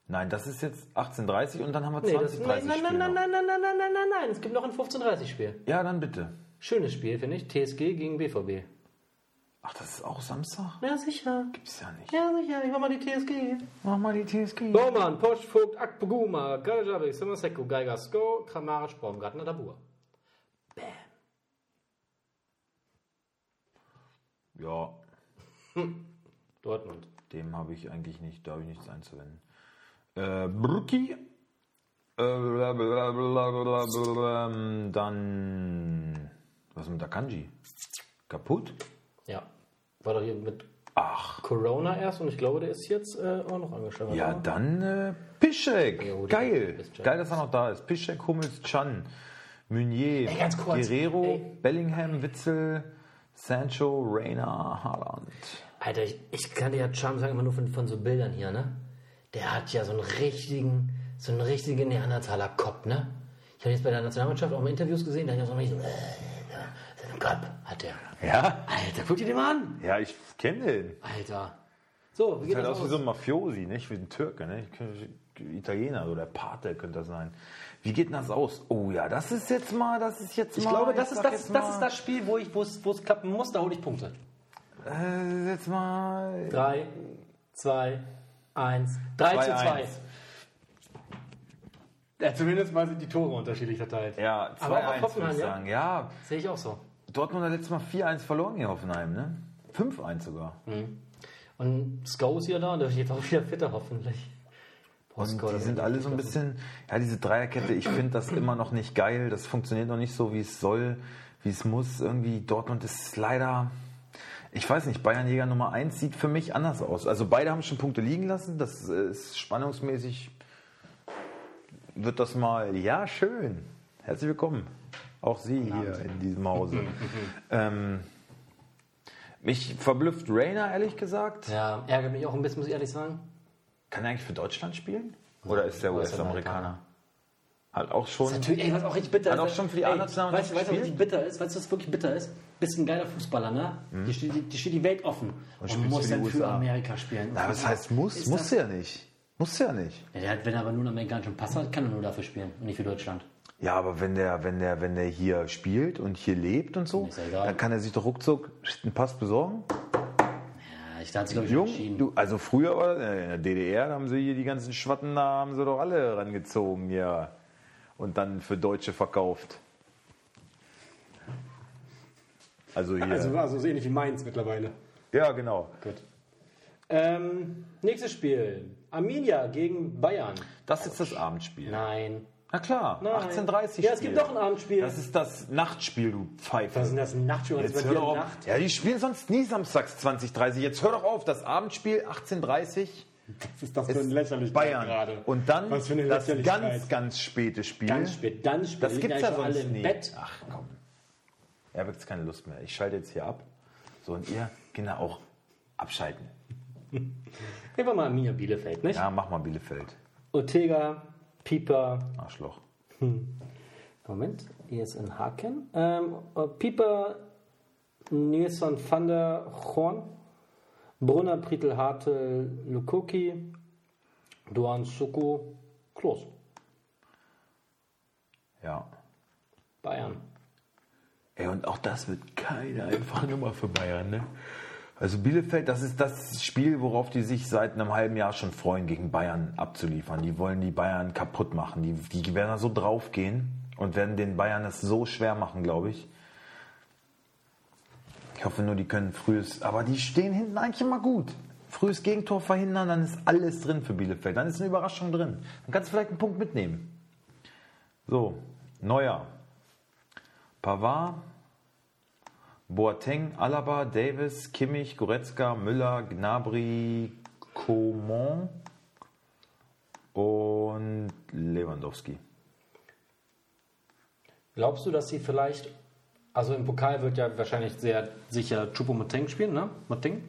A: Nein, das ist jetzt 18.30 und dann haben wir
C: Nee, das,
A: 20.30
C: nein, nein,
A: Spiel
C: nein, nein,
A: noch.
C: nein, nein, nein, nein, nein, nein, nein. Es gibt noch ein 15-30-Spiel.
A: Ja, dann bitte.
C: Schönes Spiel, finde ich. TSG gegen BVB.
A: Ach, das ist auch Samstag?
C: Ja, sicher.
A: Gibt's ja nicht.
C: Ja, sicher. Ich mach mal die TSG.
A: Mach mal die TSG.
C: Baumann, Posch, Vogt, Akpoguma, Garajabi, Samaseko, Geiger, Sko, Kramaric, Baumgartner, Dabur.
A: Ja,
C: Dortmund.
A: dem habe ich eigentlich nicht, da habe ich nichts einzuwenden. Äh, Brücki. Äh, bla, bla, bla, bla, bla, bla, ähm, dann. Was mit Akanji? Kaputt?
C: Ja. War doch hier mit
A: Ach.
C: Corona erst und ich glaube, der ist jetzt äh, auch noch angeschlagen.
A: Ja, dann äh, Pischek.
C: gut,
A: Geil.
C: Piszczek.
A: Geil, dass er noch da ist. Pischek, Hummels, Chan, Meunier,
C: Ey, ganz kurz.
A: Guerrero,
C: Ey.
A: Bellingham, Witzel, Sancho, Reina, Haaland.
C: Alter, ich, ich kannte ja Charm sagen immer nur von, von so Bildern hier, ne? Der hat ja so einen richtigen, so einen richtigen Neandertaler-Kopf, ne? Ich habe jetzt bei der Nationalmannschaft auch mal Interviews gesehen, da hat er so einen richtigen, äh, so einen Kopf hat der.
A: Ja?
C: Alter, guck dir den mal an!
A: Ja, ich kenne den.
C: Alter. So, wie geht
A: Sieht halt aus
C: das
A: wie
C: aus?
A: so ein Mafiosi, nicht? Wie ein Türke, ne? Italiener oder Pate könnte das sein. Wie geht denn das aus? Oh ja, das ist jetzt mal, das ist jetzt mal.
C: Ich glaube, das ist
A: sag
C: das,
A: jetzt
C: das ist
A: mal,
C: das Spiel, wo ich, wo es, wo es klappen muss, da hole ich Punkte.
A: Äh, jetzt mal.
C: Drei, zwei, eins, drei
A: Zwei,
C: zu zwei.
A: eins.
C: Ja, zumindest mal sind die Tore unterschiedlich verteilt.
A: Ja,
C: Aber
A: 2-1
C: auch
A: würde
C: Hoffenheim,
A: ich
C: ja?
A: sagen. Ja,
C: Sehe ich auch so.
A: Dortmund hat letztes Mal 4-1 verloren hier Hoffenheim, ne? 5-1 sogar.
C: Und Sko ist ja da und der wird jetzt auch wieder fitter hoffentlich. Boah,
A: Und
C: Sko,
A: die
C: das
A: sind
C: ist-
A: alle so ein bisschen, ja, diese Dreierkette, ich finde das immer noch nicht geil. Das funktioniert noch nicht so, wie es soll, wie es muss. Irgendwie Dortmund ist leider, ich weiß nicht, Bayernjäger Nummer 1 sieht für mich anders aus. Also beide haben schon Punkte liegen lassen. Das ist spannungsmäßig, wird das mal, ja, schön. Herzlich willkommen. Auch Sie hier in diesem Hause. ähm, mich verblüfft Rainer, ehrlich gesagt.
C: Ja, ärgert mich auch ein bisschen, muss ich ehrlich sagen.
A: Kann er eigentlich für Deutschland spielen? Oder ist der
C: US-Amerikaner.
A: US-Amerikaner? Hat auch schon.
B: Natürlich, ey, was auch richtig bitter
A: Hat
B: ist.
A: auch schon für die
B: Ey, Weißt du,
A: A-Nationalmannschaft
B: weißt du, was richtig
A: gespielt?
B: bitter ist? Weißt du, was wirklich bitter ist? Bist ein geiler Fußballer, ne? Die, steht, die, die steht die Welt offen. Und,
A: Mhm. spielst
B: muss
A: für die
B: dann für
A: USA.
B: Amerika spielen.
A: Na, was heißt muss?
B: Ist
A: Muss
B: das-
A: ja nicht. Muss ja nicht.
B: Ja, der hat, wenn er aber nur einen amerikanischen Pass hat, kann er nur dafür spielen und nicht für Deutschland.
A: Ja, aber wenn der, wenn der, wenn der hier spielt und hier lebt und so,
B: Ist ja egal.
A: dann kann er sich doch ruckzuck einen Pass besorgen.
B: Ja, ich da hat sich, glaube ich, schon
A: Jung,
B: entschieden.
A: du, also früher war das- in der DDR da haben sie hier die ganzen Schwatten, da haben sie doch alle rangezogen, ja. Und dann für Deutsche verkauft. Also hier.
B: Also, also so ähnlich wie Mainz mittlerweile.
A: ja, genau.
B: Gut. Ähm, nächstes Spiel. Arminia gegen Bayern.
A: Das ist jetzt das Abendspiel.
B: Nein.
A: Na klar,
B: Nein.
A: 18.30
B: Ja, es gibt doch ein Abendspiel.
A: Das ist das Nachtspiel, du Pfeife.
B: Was ist denn das? Ein Nachtspiel? Was ist
A: Jetzt
B: bei
A: hör
B: dir
A: doch auf.
B: Nacht?
A: Ja, die spielen sonst nie samstags 20.30. Jetzt hör doch auf, das Abendspiel 18.30
B: Was ist das für ein lächerliches
A: ist Bayern.
B: gerade?
A: Und dann
B: Was für eine
A: das
B: Lächerlichkeit.
A: ganz, ganz späte Spiel.
B: Ganz spät, ganz spät.
A: Das
B: Liegen
A: gibt's
B: eigentlich
A: ja
B: schon
A: sonst
B: alle im
A: nie.
B: Bett.
A: Ach komm. Ich habe jetzt keine Lust mehr. Ich schalte jetzt hier ab. So, und ihr, Kinder, auch abschalten.
B: Nehmen wir mal Arminia Bielefeld, nicht?
A: Ja, mach mal Bielefeld.
B: Ortega, Pieper,
A: Arschloch.
B: Moment, hier ist ein Haken. Ähm, äh, Pieper, Nilsson van der Horn, Brunner, Pritel, Hartel, Lukoki, Duan, Suko, Klos,
A: Ja.
B: Bayern.
A: Ey, und auch das wird keine einfache Nummer für Bayern, ne? Also Bielefeld, das ist das Spiel, worauf die sich seit einem halben Jahr schon freuen, gegen Bayern abzuliefern. Die wollen die Bayern kaputt machen. Die, die werden da so draufgehen und werden den Bayern das so schwer machen, glaube ich. Ich hoffe nur, die können frühes. Aber die stehen hinten eigentlich immer gut. Frühes Gegentor verhindern, dann ist alles drin für Bielefeld. Dann ist eine Überraschung drin. Dann kannst du vielleicht einen Punkt mitnehmen. So, Neuer. Pavard, Boateng, Alaba, Davis, Kimmich, Goretzka, Müller, Gnabry, Coman und Lewandowski.
B: Glaubst du, dass sie vielleicht, also im Pokal wird ja wahrscheinlich sehr sicher Choupo-Moting spielen, ne? Moting.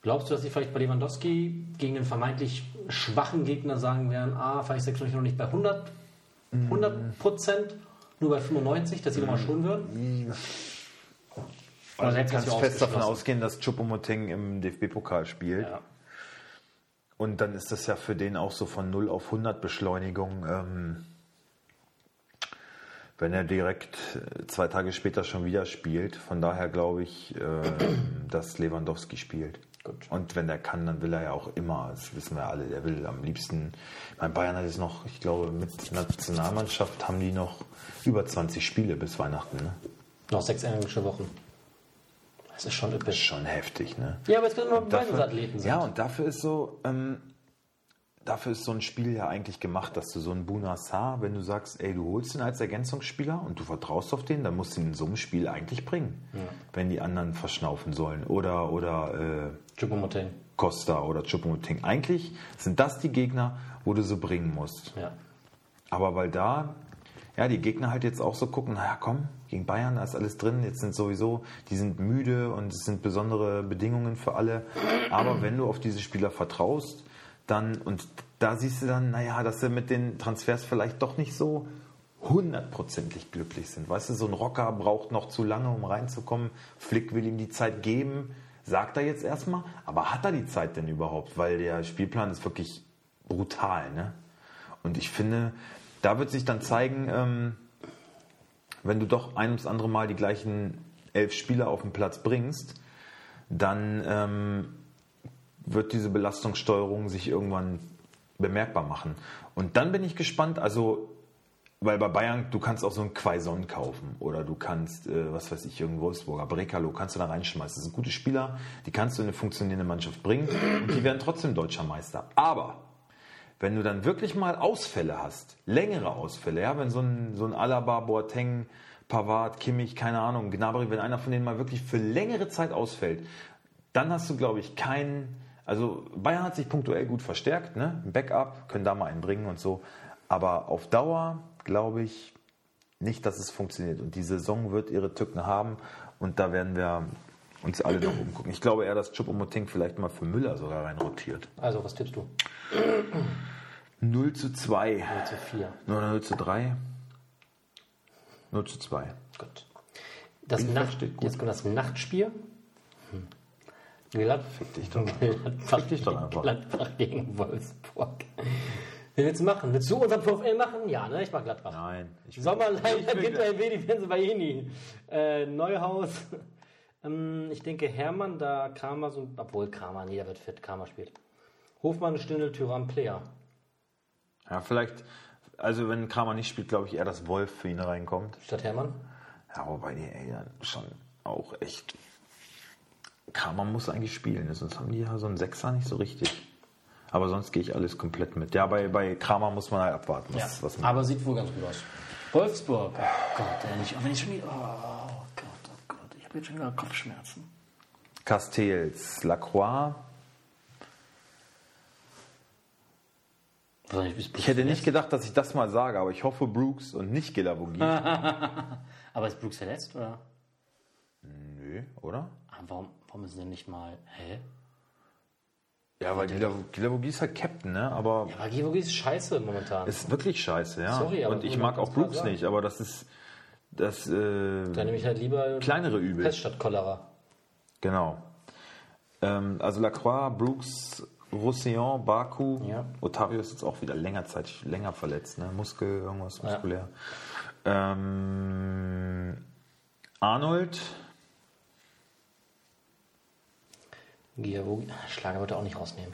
B: Glaubst du, dass sie vielleicht bei Lewandowski gegen den vermeintlich schwachen Gegner sagen werden, ah, vielleicht sechs noch nicht bei 100,
A: Mhm.
B: 100 Prozent, nur bei 95, dass sie nochmal schon würden? Oder
A: Also du
B: hättest du
A: kannst
B: das
A: fest davon
B: ausgeschlossen?
A: ausgehen, dass Choupo-Moting im DFB-Pokal spielt.
B: Ja.
A: Und dann ist das ja für den auch so von 0 auf 100 Beschleunigung. Ähm, wenn er direkt äh, zwei Tage später schon wieder spielt. Von daher glaube ich, ähm, dass Lewandowski spielt.
B: Gut.
A: Und wenn er kann, dann will er ja auch immer. Das wissen wir alle. Der will am liebsten. Mein Bayern hat jetzt noch, ich glaube, mit Nationalmannschaft haben die noch über 20 Spiele bis Weihnachten. Ne?
B: Noch sechs englische Wochen. Das ist schon
A: Das ist
B: üppig.
A: schon heftig, ne?
B: Ja, aber jetzt können wir bei
A: Dafür-
B: uns Athleten sind.
A: Ja, und dafür ist so, ähm, dafür ist so ein Spiel ja eigentlich gemacht, dass du so einen Bunassar, wenn du sagst, ey, du holst ihn als Ergänzungsspieler und du vertraust auf den, dann musst du ihn in so einem Spiel eigentlich bringen, wenn die anderen verschnaufen sollen. Oder, oder äh,
B: Choupo-Moting.
A: Costa oder Chupomoting. Eigentlich sind das die Gegner, wo du sie bringen musst.
B: Ja.
A: Aber weil da, ja, die Gegner halt jetzt auch so gucken, naja, komm, gegen Bayern, da ist alles drin, jetzt sind sowieso, die sind müde und es sind besondere Bedingungen für alle. Aber wenn du auf diese Spieler vertraust, dann, und da siehst du dann, naja, dass sie mit den Transfers vielleicht doch nicht so hundertprozentig glücklich sind. Weißt du, so ein Rocker braucht noch zu lange, um reinzukommen. Flick will ihm die Zeit geben, sagt er jetzt erstmal. Aber hat er die Zeit denn überhaupt? Weil der Spielplan ist wirklich brutal, ne? Und ich finde, da wird sich dann zeigen, ähm, wenn du doch ein ums andere Mal die gleichen elf Spieler auf den Platz bringst, dann ähm, wird diese Belastungssteuerung sich irgendwann bemerkbar machen. Und dann bin ich gespannt, also weil bei Bayern, du kannst auch so einen Quaison kaufen oder du kannst, äh, was weiß ich, irgendeinen Wolfsburger, Brekalo, kannst du da reinschmeißen. Das sind gute Spieler, die kannst du in eine funktionierende Mannschaft bringen und die werden trotzdem deutscher Meister. Aber wenn du dann wirklich mal Ausfälle hast, längere Ausfälle, ja, wenn so ein, so ein Alaba, Boateng, Pavard, Kimmich, keine Ahnung, Gnabry, wenn einer von denen mal wirklich für längere Zeit ausfällt, dann hast du, glaube ich, keinen. Also Bayern hat sich punktuell gut verstärkt, ne? Ein Backup, können da mal einen bringen und so. Aber auf Dauer glaube ich nicht, dass es funktioniert. Und die Saison wird ihre Tücken haben und da werden wir uns alle noch umgucken. Ich glaube eher, dass Chupomoting vielleicht mal für Müller sogar reinrotiert.
B: Also, was tippst du?
A: 0 zu 2.
B: zu 4.
A: Oder 0 zu 3. 0 zu 2.
B: Gut. Oh Das,
A: Bielefeld
B: Nacht,
A: steht gut.
B: jetzt kommt das Nachtspiel. Hm. Glad-
A: dich doch.
B: Gladbach,
A: dich doch einfach.
B: Gladbach gegen Wolfsburg. Wer willst du machen? Willst du unseren VfL machen? Ja, ne? Ich mach Gladbach.
A: Nein. Ich
B: Sommerleiter gibt ein wenig Fenster bei Ini. Äh, Neuhaus. Ähm, ich denke Hermann, da Kramer so. Obwohl Kramer, nee, der wird fit, Kramer spielt. Hofmann, Stindel, Tyram, Player.
A: ja, vielleicht, also wenn Kramer nicht spielt, glaube ich eher, dass Wolf für ihn reinkommt.
B: Statt Hermann.
A: Ja, wobei die Eltern schon auch echt. Kramer muss eigentlich spielen, sonst haben die ja so einen Sechser nicht so richtig. Aber sonst gehe ich alles komplett mit. Ja, bei, bei Kramer muss man halt abwarten, was, was man
B: aber sieht wohl ganz gut aus. Wolfsburg. Oh Gott, ey, nicht. Und wenn ich schon die. Oh Gott, oh Gott. Ich habe jetzt schon wieder Kopfschmerzen.
A: Castells, Lacroix. Ich hätte nicht gedacht, dass ich das mal sage, aber ich hoffe Brooks und nicht Gelavogie.
B: Aber ist Brooks verletzt, oder?
A: Nö, oder?
B: Ah, Warum, warum ist denn nicht mal. Hä?
A: Ja, weil Gelavogie ist halt Captain, ne? Aber
B: Aber Givogi ist scheiße momentan.
A: ist wirklich scheiße, ja.
B: Sorry, aber
A: und ich
B: gut,
A: mag
B: man
A: auch
B: kann's klar
A: Brooks
B: sagen.
A: nicht, aber das ist das äh,
B: Dann nehme ich halt lieber
A: kleinere Übel.
B: Pest statt Cholera.
A: Genau. Ähm, also Lacroix, Brooks, Roussillon, Baku.
B: Ja.
A: Otario ist jetzt auch wieder länger Zeit, länger verletzt, ne? Muskel, irgendwas muskulär. Ähm, Arnold,
B: Giavogi. Ah, Schlager würde auch nicht rausnehmen.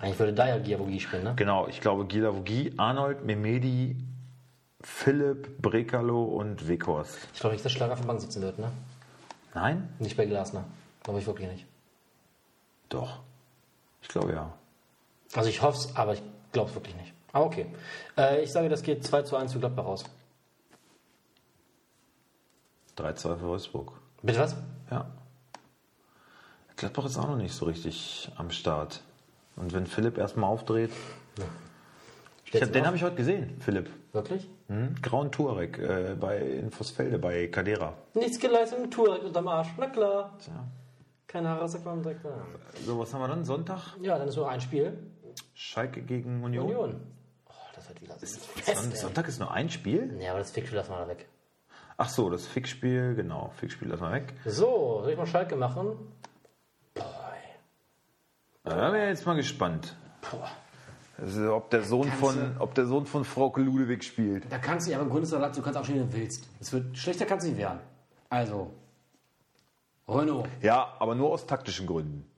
B: Eigentlich würde da ja Giavogi spielen, ne?
A: genau, ich glaube Gilavogi, Arnold, Memedi, Philipp, Brekalo und Weghorst.
B: Ich glaube nicht, dass Schlager auf der Bank sitzen wird, ne?
A: Nein?
B: Nicht bei Glasner. Glaube ich wirklich nicht.
A: Doch. Ich glaube ja.
B: Also ich hoffe es, aber ich glaube es wirklich nicht. Aber okay. Äh, ich sage, das geht 2 zu 1 zu Gladbach raus.
A: 3-2 für Wolfsburg.
B: Bitte was?
A: Ja. Gladbach ist auch noch nicht so richtig am Start. Und wenn Philipp erstmal aufdreht. Ich hab,
B: Stellst du
A: den
B: auf?
A: habe ich heute gesehen, Philipp.
B: Wirklich?
A: Hm? Grauen Tuareg äh, bei in Vossfelde, bei Cadera.
B: Nichts geleistet mit Tour unterm Arsch. Na klar.
A: Tja.
B: Keine Haare, sagt man direkt. Na.
A: So, was haben wir dann? Sonntag?
B: Ja, dann ist nur ein Spiel.
A: Schalke gegen Union.
B: Union. Oh, das wird wieder so ein
A: Son-
B: Fest, ey.
A: Sonntag ist nur ein Spiel?
B: Nee, aber das Fickspiel lassen wir da weg.
A: Ach so, das Fickspiel, genau. Fickspiel lassen wir weg.
B: So, soll ich mal Schalke machen?
A: Da bin ich jetzt mal gespannt. Also, ob, der Sohn
B: Kannst
A: von, ob der Sohn von Frauke Ludewig spielt.
B: Da kannst du ja aber im Grunde ist der Salat, du kannst auch spielen, wie du willst. Es wird schlechter kannst du nicht werden. Also. Renault.
A: Ja, aber nur aus taktischen Gründen.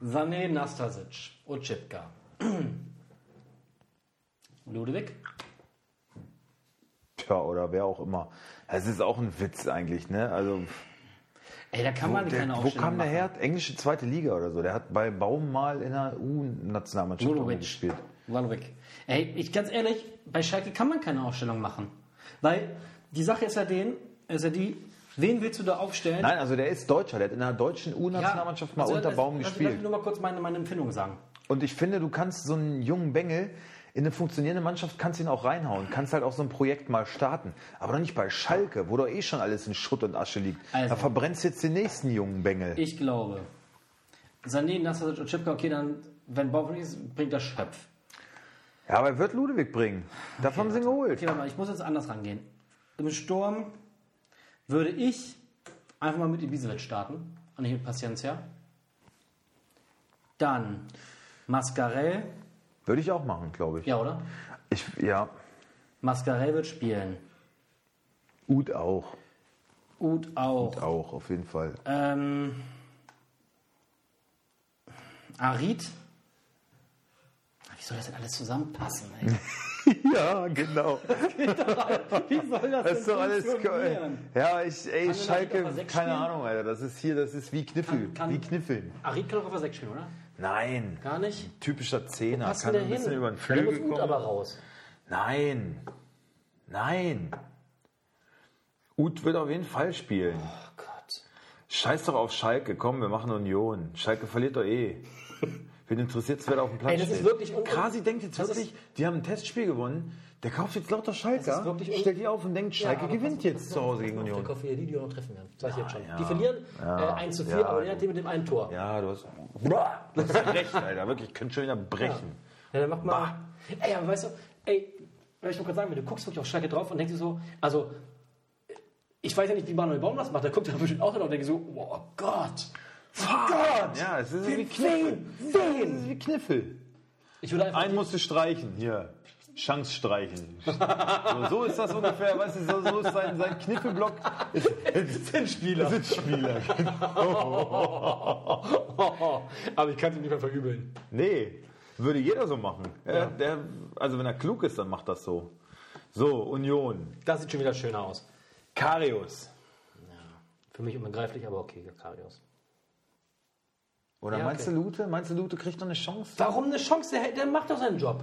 B: Sané, Nastasic, Otschipka. Ludwig?
A: Tja, oder wer auch immer. Es ist auch ein Witz eigentlich, ne? Also,
B: Ey, da kann man
A: der,
B: keine
A: wo
B: Aufstellung
A: kam der
B: machen.
A: her? Englische zweite Liga oder so. Der hat bei Baum mal in der U-Nationalmannschaft
B: Ludovic.
A: gespielt.
B: Ludwig. Ey, ich ganz ehrlich, bei Schalke kann man keine Aufstellung machen. Weil die Sache ist ja den, ist ja die, wen willst du da aufstellen?
A: Nein, also der ist Deutscher. Der hat in der deutschen U-Nationalmannschaft mal
B: also,
A: unter
B: also,
A: Baum
B: also, Lass mich
A: gespielt.
B: nur mal kurz meine, meine Empfindung sagen.
A: Und ich finde, du kannst so einen jungen Bengel in eine funktionierende Mannschaft kannst ihn auch reinhauen, kannst halt auch so ein Projekt mal starten. Aber doch nicht bei Schalke, wo doch eh schon alles in Schutt und Asche liegt.
B: Also.
A: Da verbrennst du jetzt den nächsten jungen Bengel.
B: Ich glaube, Sané, Nastasic und Chipka, okay, dann, wenn Baum nicht ist, bringt das Schöpf.
A: Ja, aber er wird Ludewig bringen. Dafür haben sie ihn geholt.
B: Okay, warte mal, ich muss jetzt anders rangehen. Im Sturm würde ich einfach mal mit Ibisevic starten und nicht mit Paciencia. Dann Mascarell,
A: Würde ich auch machen, glaube ich.
B: ja oder?
A: Ich, ja,
B: Mascarell wird spielen.
A: Ut auch.
B: Ut auch.
A: Auch, auf jeden Fall.
B: Ähm, Arid. Wie soll das denn alles zusammenpassen? Ey?
A: Ja, genau.
B: Wie soll das,
A: Das ist doch alles cool.
B: funktionieren?
A: Ja, ich, ey,
B: Kann er
A: Schalke,
B: nicht auf der Sechs
A: keine
B: spielen?
A: Ahnung, Alter. Das ist hier, das ist wie Kniffel.
B: Kann- kann-
A: wie Kniffeln.
B: Arid kann doch auf der 6 spielen, oder?
A: Nein.
B: Gar nicht.
A: Typischer Zehner.
B: Passt
A: Kann
B: der
A: ein bisschen
B: hin?
A: über den
B: Dann muss
A: Flügel
B: Ut
A: kommen.
B: aber raus.
A: Nein. Nein. Ut wird auf jeden Fall spielen.
B: Oh Gott.
A: Scheiß doch auf Schalke. Komm, wir machen Union. Schalke verliert doch eh. Wen interessiert es, wer da auf dem Platz
B: Ey, das
A: steht?
B: ist wirklich un-
A: Kasi denkt jetzt
B: Das
A: wirklich, die haben ein Testspiel gewonnen, der kauft jetzt lauter Schalker,
B: ist wirklich un-
A: stellt die auf und denkt, Schalke
C: aber
A: gewinnt
C: pass-
A: jetzt
C: pass
A: zu
C: auf,
A: Hause
C: pass
A: gegen
C: auf,
A: Union.
C: Der Kopf, die die noch treffen werden. Sag ich jetzt schon.
A: ja.
C: Die verlieren
A: Ja.
C: äh, 1 zu 4,
A: Ja,
C: aber
A: du-
C: der hat die mit dem einen Tor. Ja,
A: Ja, du hast, Boah, du hast recht, Alter. Wirklich, ich könnte schon wieder brechen.
C: dann macht man.
A: Bah.
B: Ey, aber weißt du, ey, weil ich wollte gerade sagen, wenn du guckst wirklich auf Schalke drauf und denkst dir so, also, ich weiß ja nicht, wie Manuel Baum das macht, da guckt er bestimmt auch hin und denkt so, oh Gott, oh Gott,
A: Ja, es ist wie
B: wen,
A: Kniffel.
B: wen,
A: Es
B: wen?
A: ist wie Kniffel.
B: Ich würde einfach,
A: Einen musst du streichen, hier. Chance streichen. So, so ist das ungefähr, weißt du, so, so ist sein, sein Kniffelblock. Ist, ist ein Spieler. Ist ein Spieler.
B: aber ich kann es ihm nicht mehr verübeln.
A: Nee, würde jeder so machen. Er, der, also wenn er klug ist, dann macht das so. So, Union.
B: Das sieht schon wieder schöner aus.
A: Karius.
C: Für mich unbegreiflich, aber okay, Karius.
A: Oder
B: Ja,
A: meinst
B: okay.
A: du Lute? Meinst du Lute kriegt noch eine Chance?
B: Warum eine Chance? Der, der macht doch seinen Job.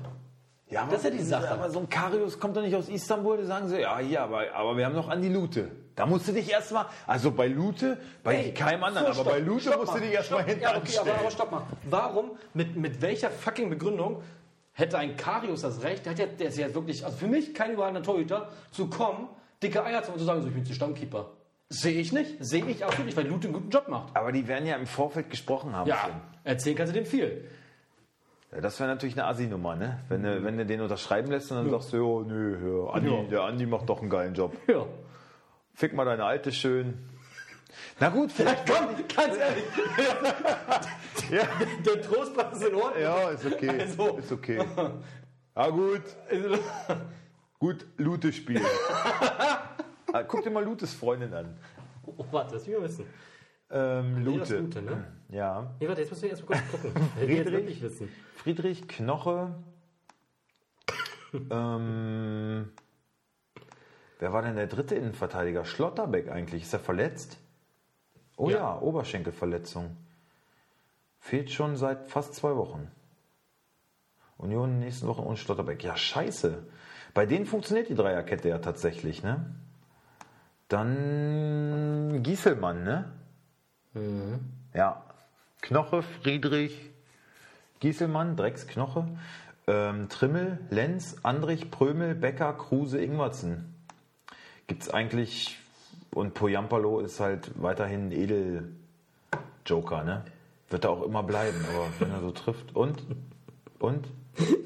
A: Ja, aber,
B: Das ist ja die Sache.
A: Aber so ein Karius kommt doch nicht aus Istanbul, die sagen sie, ja, hier, aber, aber wir haben noch Andi Lute. Da musst du dich erstmal, also bei Lute, bei
B: Ey,
A: keinem anderen,
B: so,
A: aber
B: stopp,
A: bei Lute
B: stopp
A: musst du
B: mal,
A: dich erstmal hinten
B: Ja, okay, aber,
A: anstellen.
B: aber stopp mal. Warum, mit, mit welcher fucking Begründung hätte ein Karius das Recht, der, hat ja, der ist ja wirklich, also für mich kein überragender Torhüter, zu kommen, dicke Eier zu haben und zu sagen, so, ich bin jetzt Stammkeeper. Sehe ich nicht, sehe ich absolut nicht, weil Lute einen guten Job macht.
A: Aber die werden ja im Vorfeld gesprochen haben.
B: Ja, erzählen kannst du dem viel.
A: Ja, Das wäre natürlich eine Assi-Nummer, ne? Wenn, du, wenn du den unterschreiben lässt und dann sagst du, oh, nö, ja, Andi,
B: Ja.
A: der Andi macht doch einen geilen Job.
B: Ja.
A: Fick mal deine alte schön. Na gut, vielleicht.
B: Komm, ganz ehrlich,
A: ja,
B: der Trostpreis ist in Ordnung.
A: ja, ist okay.
B: Also.
A: Ist okay. Ja, gut. Gut, Lute spielen. Ah, Guck dir mal Lutes Freundin an.
C: Oh, warte, das will ich mal wissen.
A: Ähm,
C: Nee, das ist
A: Lute.
C: Gute, ne?
A: Ja.
C: Nee, warte, jetzt müssen wir erst mal kurz gucken. Das will ich jetzt wirklich wissen.
A: Friedrich, Knoche. ähm, wer war denn der dritte Innenverteidiger? Schlotterbeck eigentlich. Ist er verletzt? Oh ja, Oberschenkelverletzung. Fehlt schon seit fast zwei Wochen. Union in den nächsten Wochen und Schlotterbeck. Ja, scheiße. Bei denen funktioniert die Dreierkette ja tatsächlich, ne? Dann Gieselmann, ne? Ja. Knoche, Friedrich, Gieselmann, Drecks, Knoche, ähm, Trimmel, Lenz, Andrich, Prömel, Becker, Kruse, Ingwertsen. Gibt's eigentlich. Und Poyampalo ist halt weiterhin ein Edel-Joker, ne? Wird er auch immer bleiben, aber wenn er so trifft. Und? Und?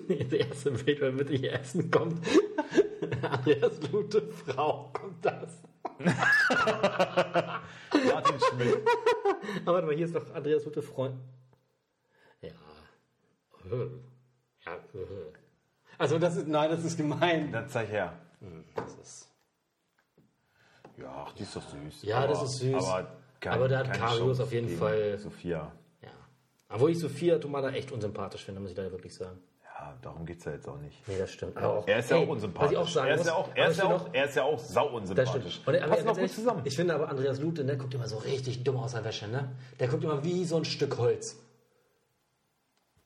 C: Nee, der erste Bild, weil wirklich Essen kommt. Andreas Lute, Frau, kommt das.
A: Martin Schmidt.
C: Aber warte mal, hier ist doch Andreas Lute, Freund. Ja. Hm. Ja. hm.
B: Also das ist, nein, das ist gemein.
A: Dann zeig her.
C: Das ist.
A: Hm, Ja, ach, die ist doch süß.
C: Ja, das ist süß.
A: Aber, kein,
C: Aber da hat
A: keine
C: Karius
A: Chance
C: auf jeden
A: gegen
C: Fall-
A: Sophia.
C: Ja. Obwohl ich Sophia Tomala echt unsympathisch finde, muss ich leider wirklich sagen.
A: Ja, darum geht's ja jetzt auch nicht.
C: Nee, das stimmt. Aber auch,
A: Er ist ja
C: Ey,
A: auch
C: Was ich
A: unsympathisch.
C: auch sagen
A: er, ist
C: muss,
A: ja auch,
C: aber
A: er, ist
C: ich
A: ja
C: bin
A: auch, er ist ja auch sau
C: Das
A: unsympathisch.
C: stimmt. Und, aber
A: Passt noch
C: ganz
A: gut
C: ehrlich,
A: zusammen.
C: Ich finde aber Andreas Lute, ne, guckt immer so richtig dumm aus der Wäsche, ne? Der guckt immer wie so ein Stück Holz.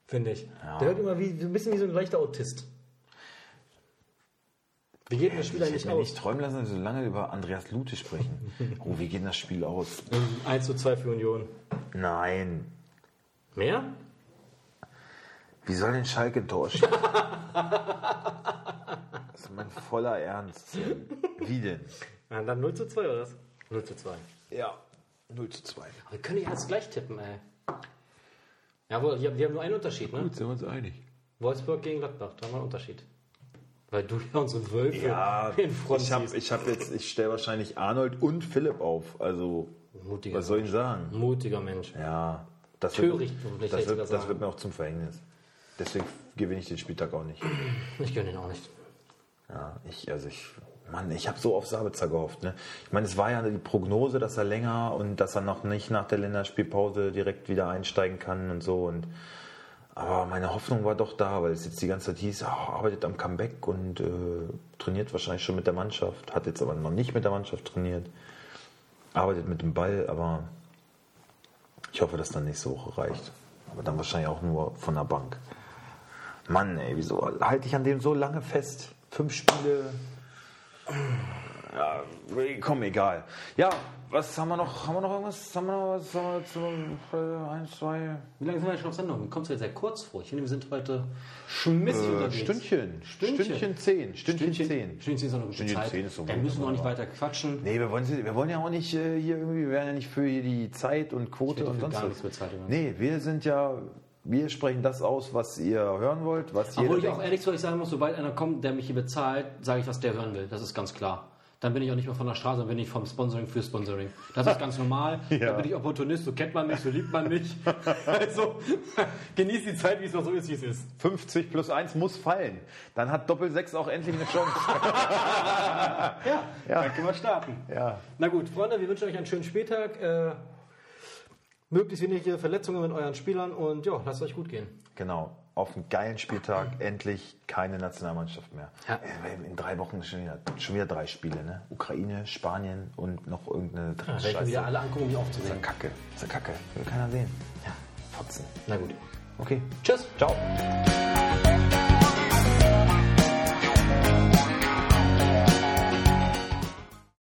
C: Finde ich. Der wirkt immer wie, so ein bisschen wie so ein leichter Autist. Wie geht denn das Spiel
A: Ich
C: eigentlich
A: hätte mir
C: aus?
A: nicht träumen lassen, dass wir so lange über Andreas Lute sprechen. Oh, wie geht denn das Spiel aus?
C: 1 zu 2 für Union.
A: Nein.
C: Mehr?
A: Wie soll denn Schalke ein Tor schießen? Das ist mein voller Ernst. Wie denn?
C: Na, dann 0 zu 2 oder was? 0 zu 2.
A: Ja, 0 zu 2.
C: Aber wir können nicht alles gleich tippen, ey. Jawohl, wir wir haben nur einen Unterschied, ne?
A: sind wir uns einig.
C: Wolfsburg gegen Gladbach, da haben wir einen Unterschied. Weil du ja unsere Wölfe
A: Ja,
C: in Front
A: Ah, ich habe
C: siehst.
A: ich hab jetzt, ich stelle wahrscheinlich Arnold und Philipp auf. Also,
C: Mutiger,
A: was soll ich denn sagen?
C: mutiger Mensch.
A: Ja, das
C: Töricht, würde ich
A: wird, das
C: jetzt sogar
A: wird, das
C: sagen.
A: wird mir auch zum Verhängnis. Deswegen gewinne ich den Spieltag auch nicht.
C: Ich gönne ihn auch nicht.
A: Ja, ich, also ich, Mann, ich habe so auf Sabitzer gehofft. Ne? Ich meine, es war ja die Prognose, dass er länger und dass er noch nicht nach der Länderspielpause direkt wieder einsteigen kann und so. Und, aber meine Hoffnung war doch da, weil es jetzt die ganze Zeit hieß, ah, arbeitet am Comeback und äh, trainiert wahrscheinlich schon mit der Mannschaft, hat jetzt aber noch nicht mit der Mannschaft trainiert, arbeitet mit dem Ball, aber ich hoffe, dass dann nächste Woche reicht. Aber dann wahrscheinlich auch nur von der Bank. Mann, ey, wieso halte ich an dem so lange fest? Fünf Spiele. Ja, komm, egal. Ja, was haben wir noch? Haben wir noch irgendwas? Haben wir noch was? Haben wir jetzt noch, äh, eins, zwei,
B: Wie lange sind wir schon auf Sendung? Kommst du jetzt sehr kurz vor? Ich finde, wir sind heute schmissig
A: äh,
B: unterwegs.
A: Stündchen.
B: Stündchen.
A: Stündchen zehn. Stündchen
B: Stündchen,
A: zehn.
B: Stündchen ist eine gute
A: Stündchen
B: Zeit.
A: zehn ist so
B: Dann
A: gut,
B: müssen wir auch nicht
A: wunderbar.
B: weiter quatschen.
A: Nee, wir wollen, sie- wir wollen ja auch nicht äh, hier irgendwie, wir werden ja nicht für die Zeit und Quote
B: werde
A: und
B: für
A: sonst
B: gar
A: was.
B: nichts bezahlt, Junge.
A: Nee, wir sind ja, wir sprechen das aus, was ihr hören wollt, was jeder
B: Obwohl ich auch
A: denkt.
B: ehrlich zu euch sagen muss, sobald einer kommt, der mich hier bezahlt, sage ich, was der hören will. Das ist ganz klar. Dann bin ich auch nicht mehr von der Straße, dann bin ich vom Sponsoring für Sponsoring. Das ist ganz normal.
A: Ja.
B: Dann bin ich Opportunist, so kennt man mich, so liebt man mich. also genießt die Zeit, wie es noch so ist, wie es ist.
A: 50 plus 1 muss fallen. Dann hat Doppel 6 auch endlich eine Chance.
B: Ja, dann können wir starten.
A: ja.
B: Na gut, Freunde, wir wünschen euch einen schönen Spieltag. Äh, möglichst wenige Verletzungen mit euren Spielern und ja, lasst euch gut gehen.
A: Genau. Auf einen geilen Spieltag endlich keine Nationalmannschaft mehr.
B: Ja.
A: Äh, In drei Wochen schon wieder, schon wieder drei Spiele, ne? Ukraine, Spanien und noch irgendeine
B: Werde ich mir wieder alle angucken, um die
A: Das
B: aufzunehmen.
A: ist Kacke. Das ist Kacke. Will keiner sehen. Ja. Fotzen.
B: Na gut.
A: Okay.
B: Tschüss.
A: Ciao.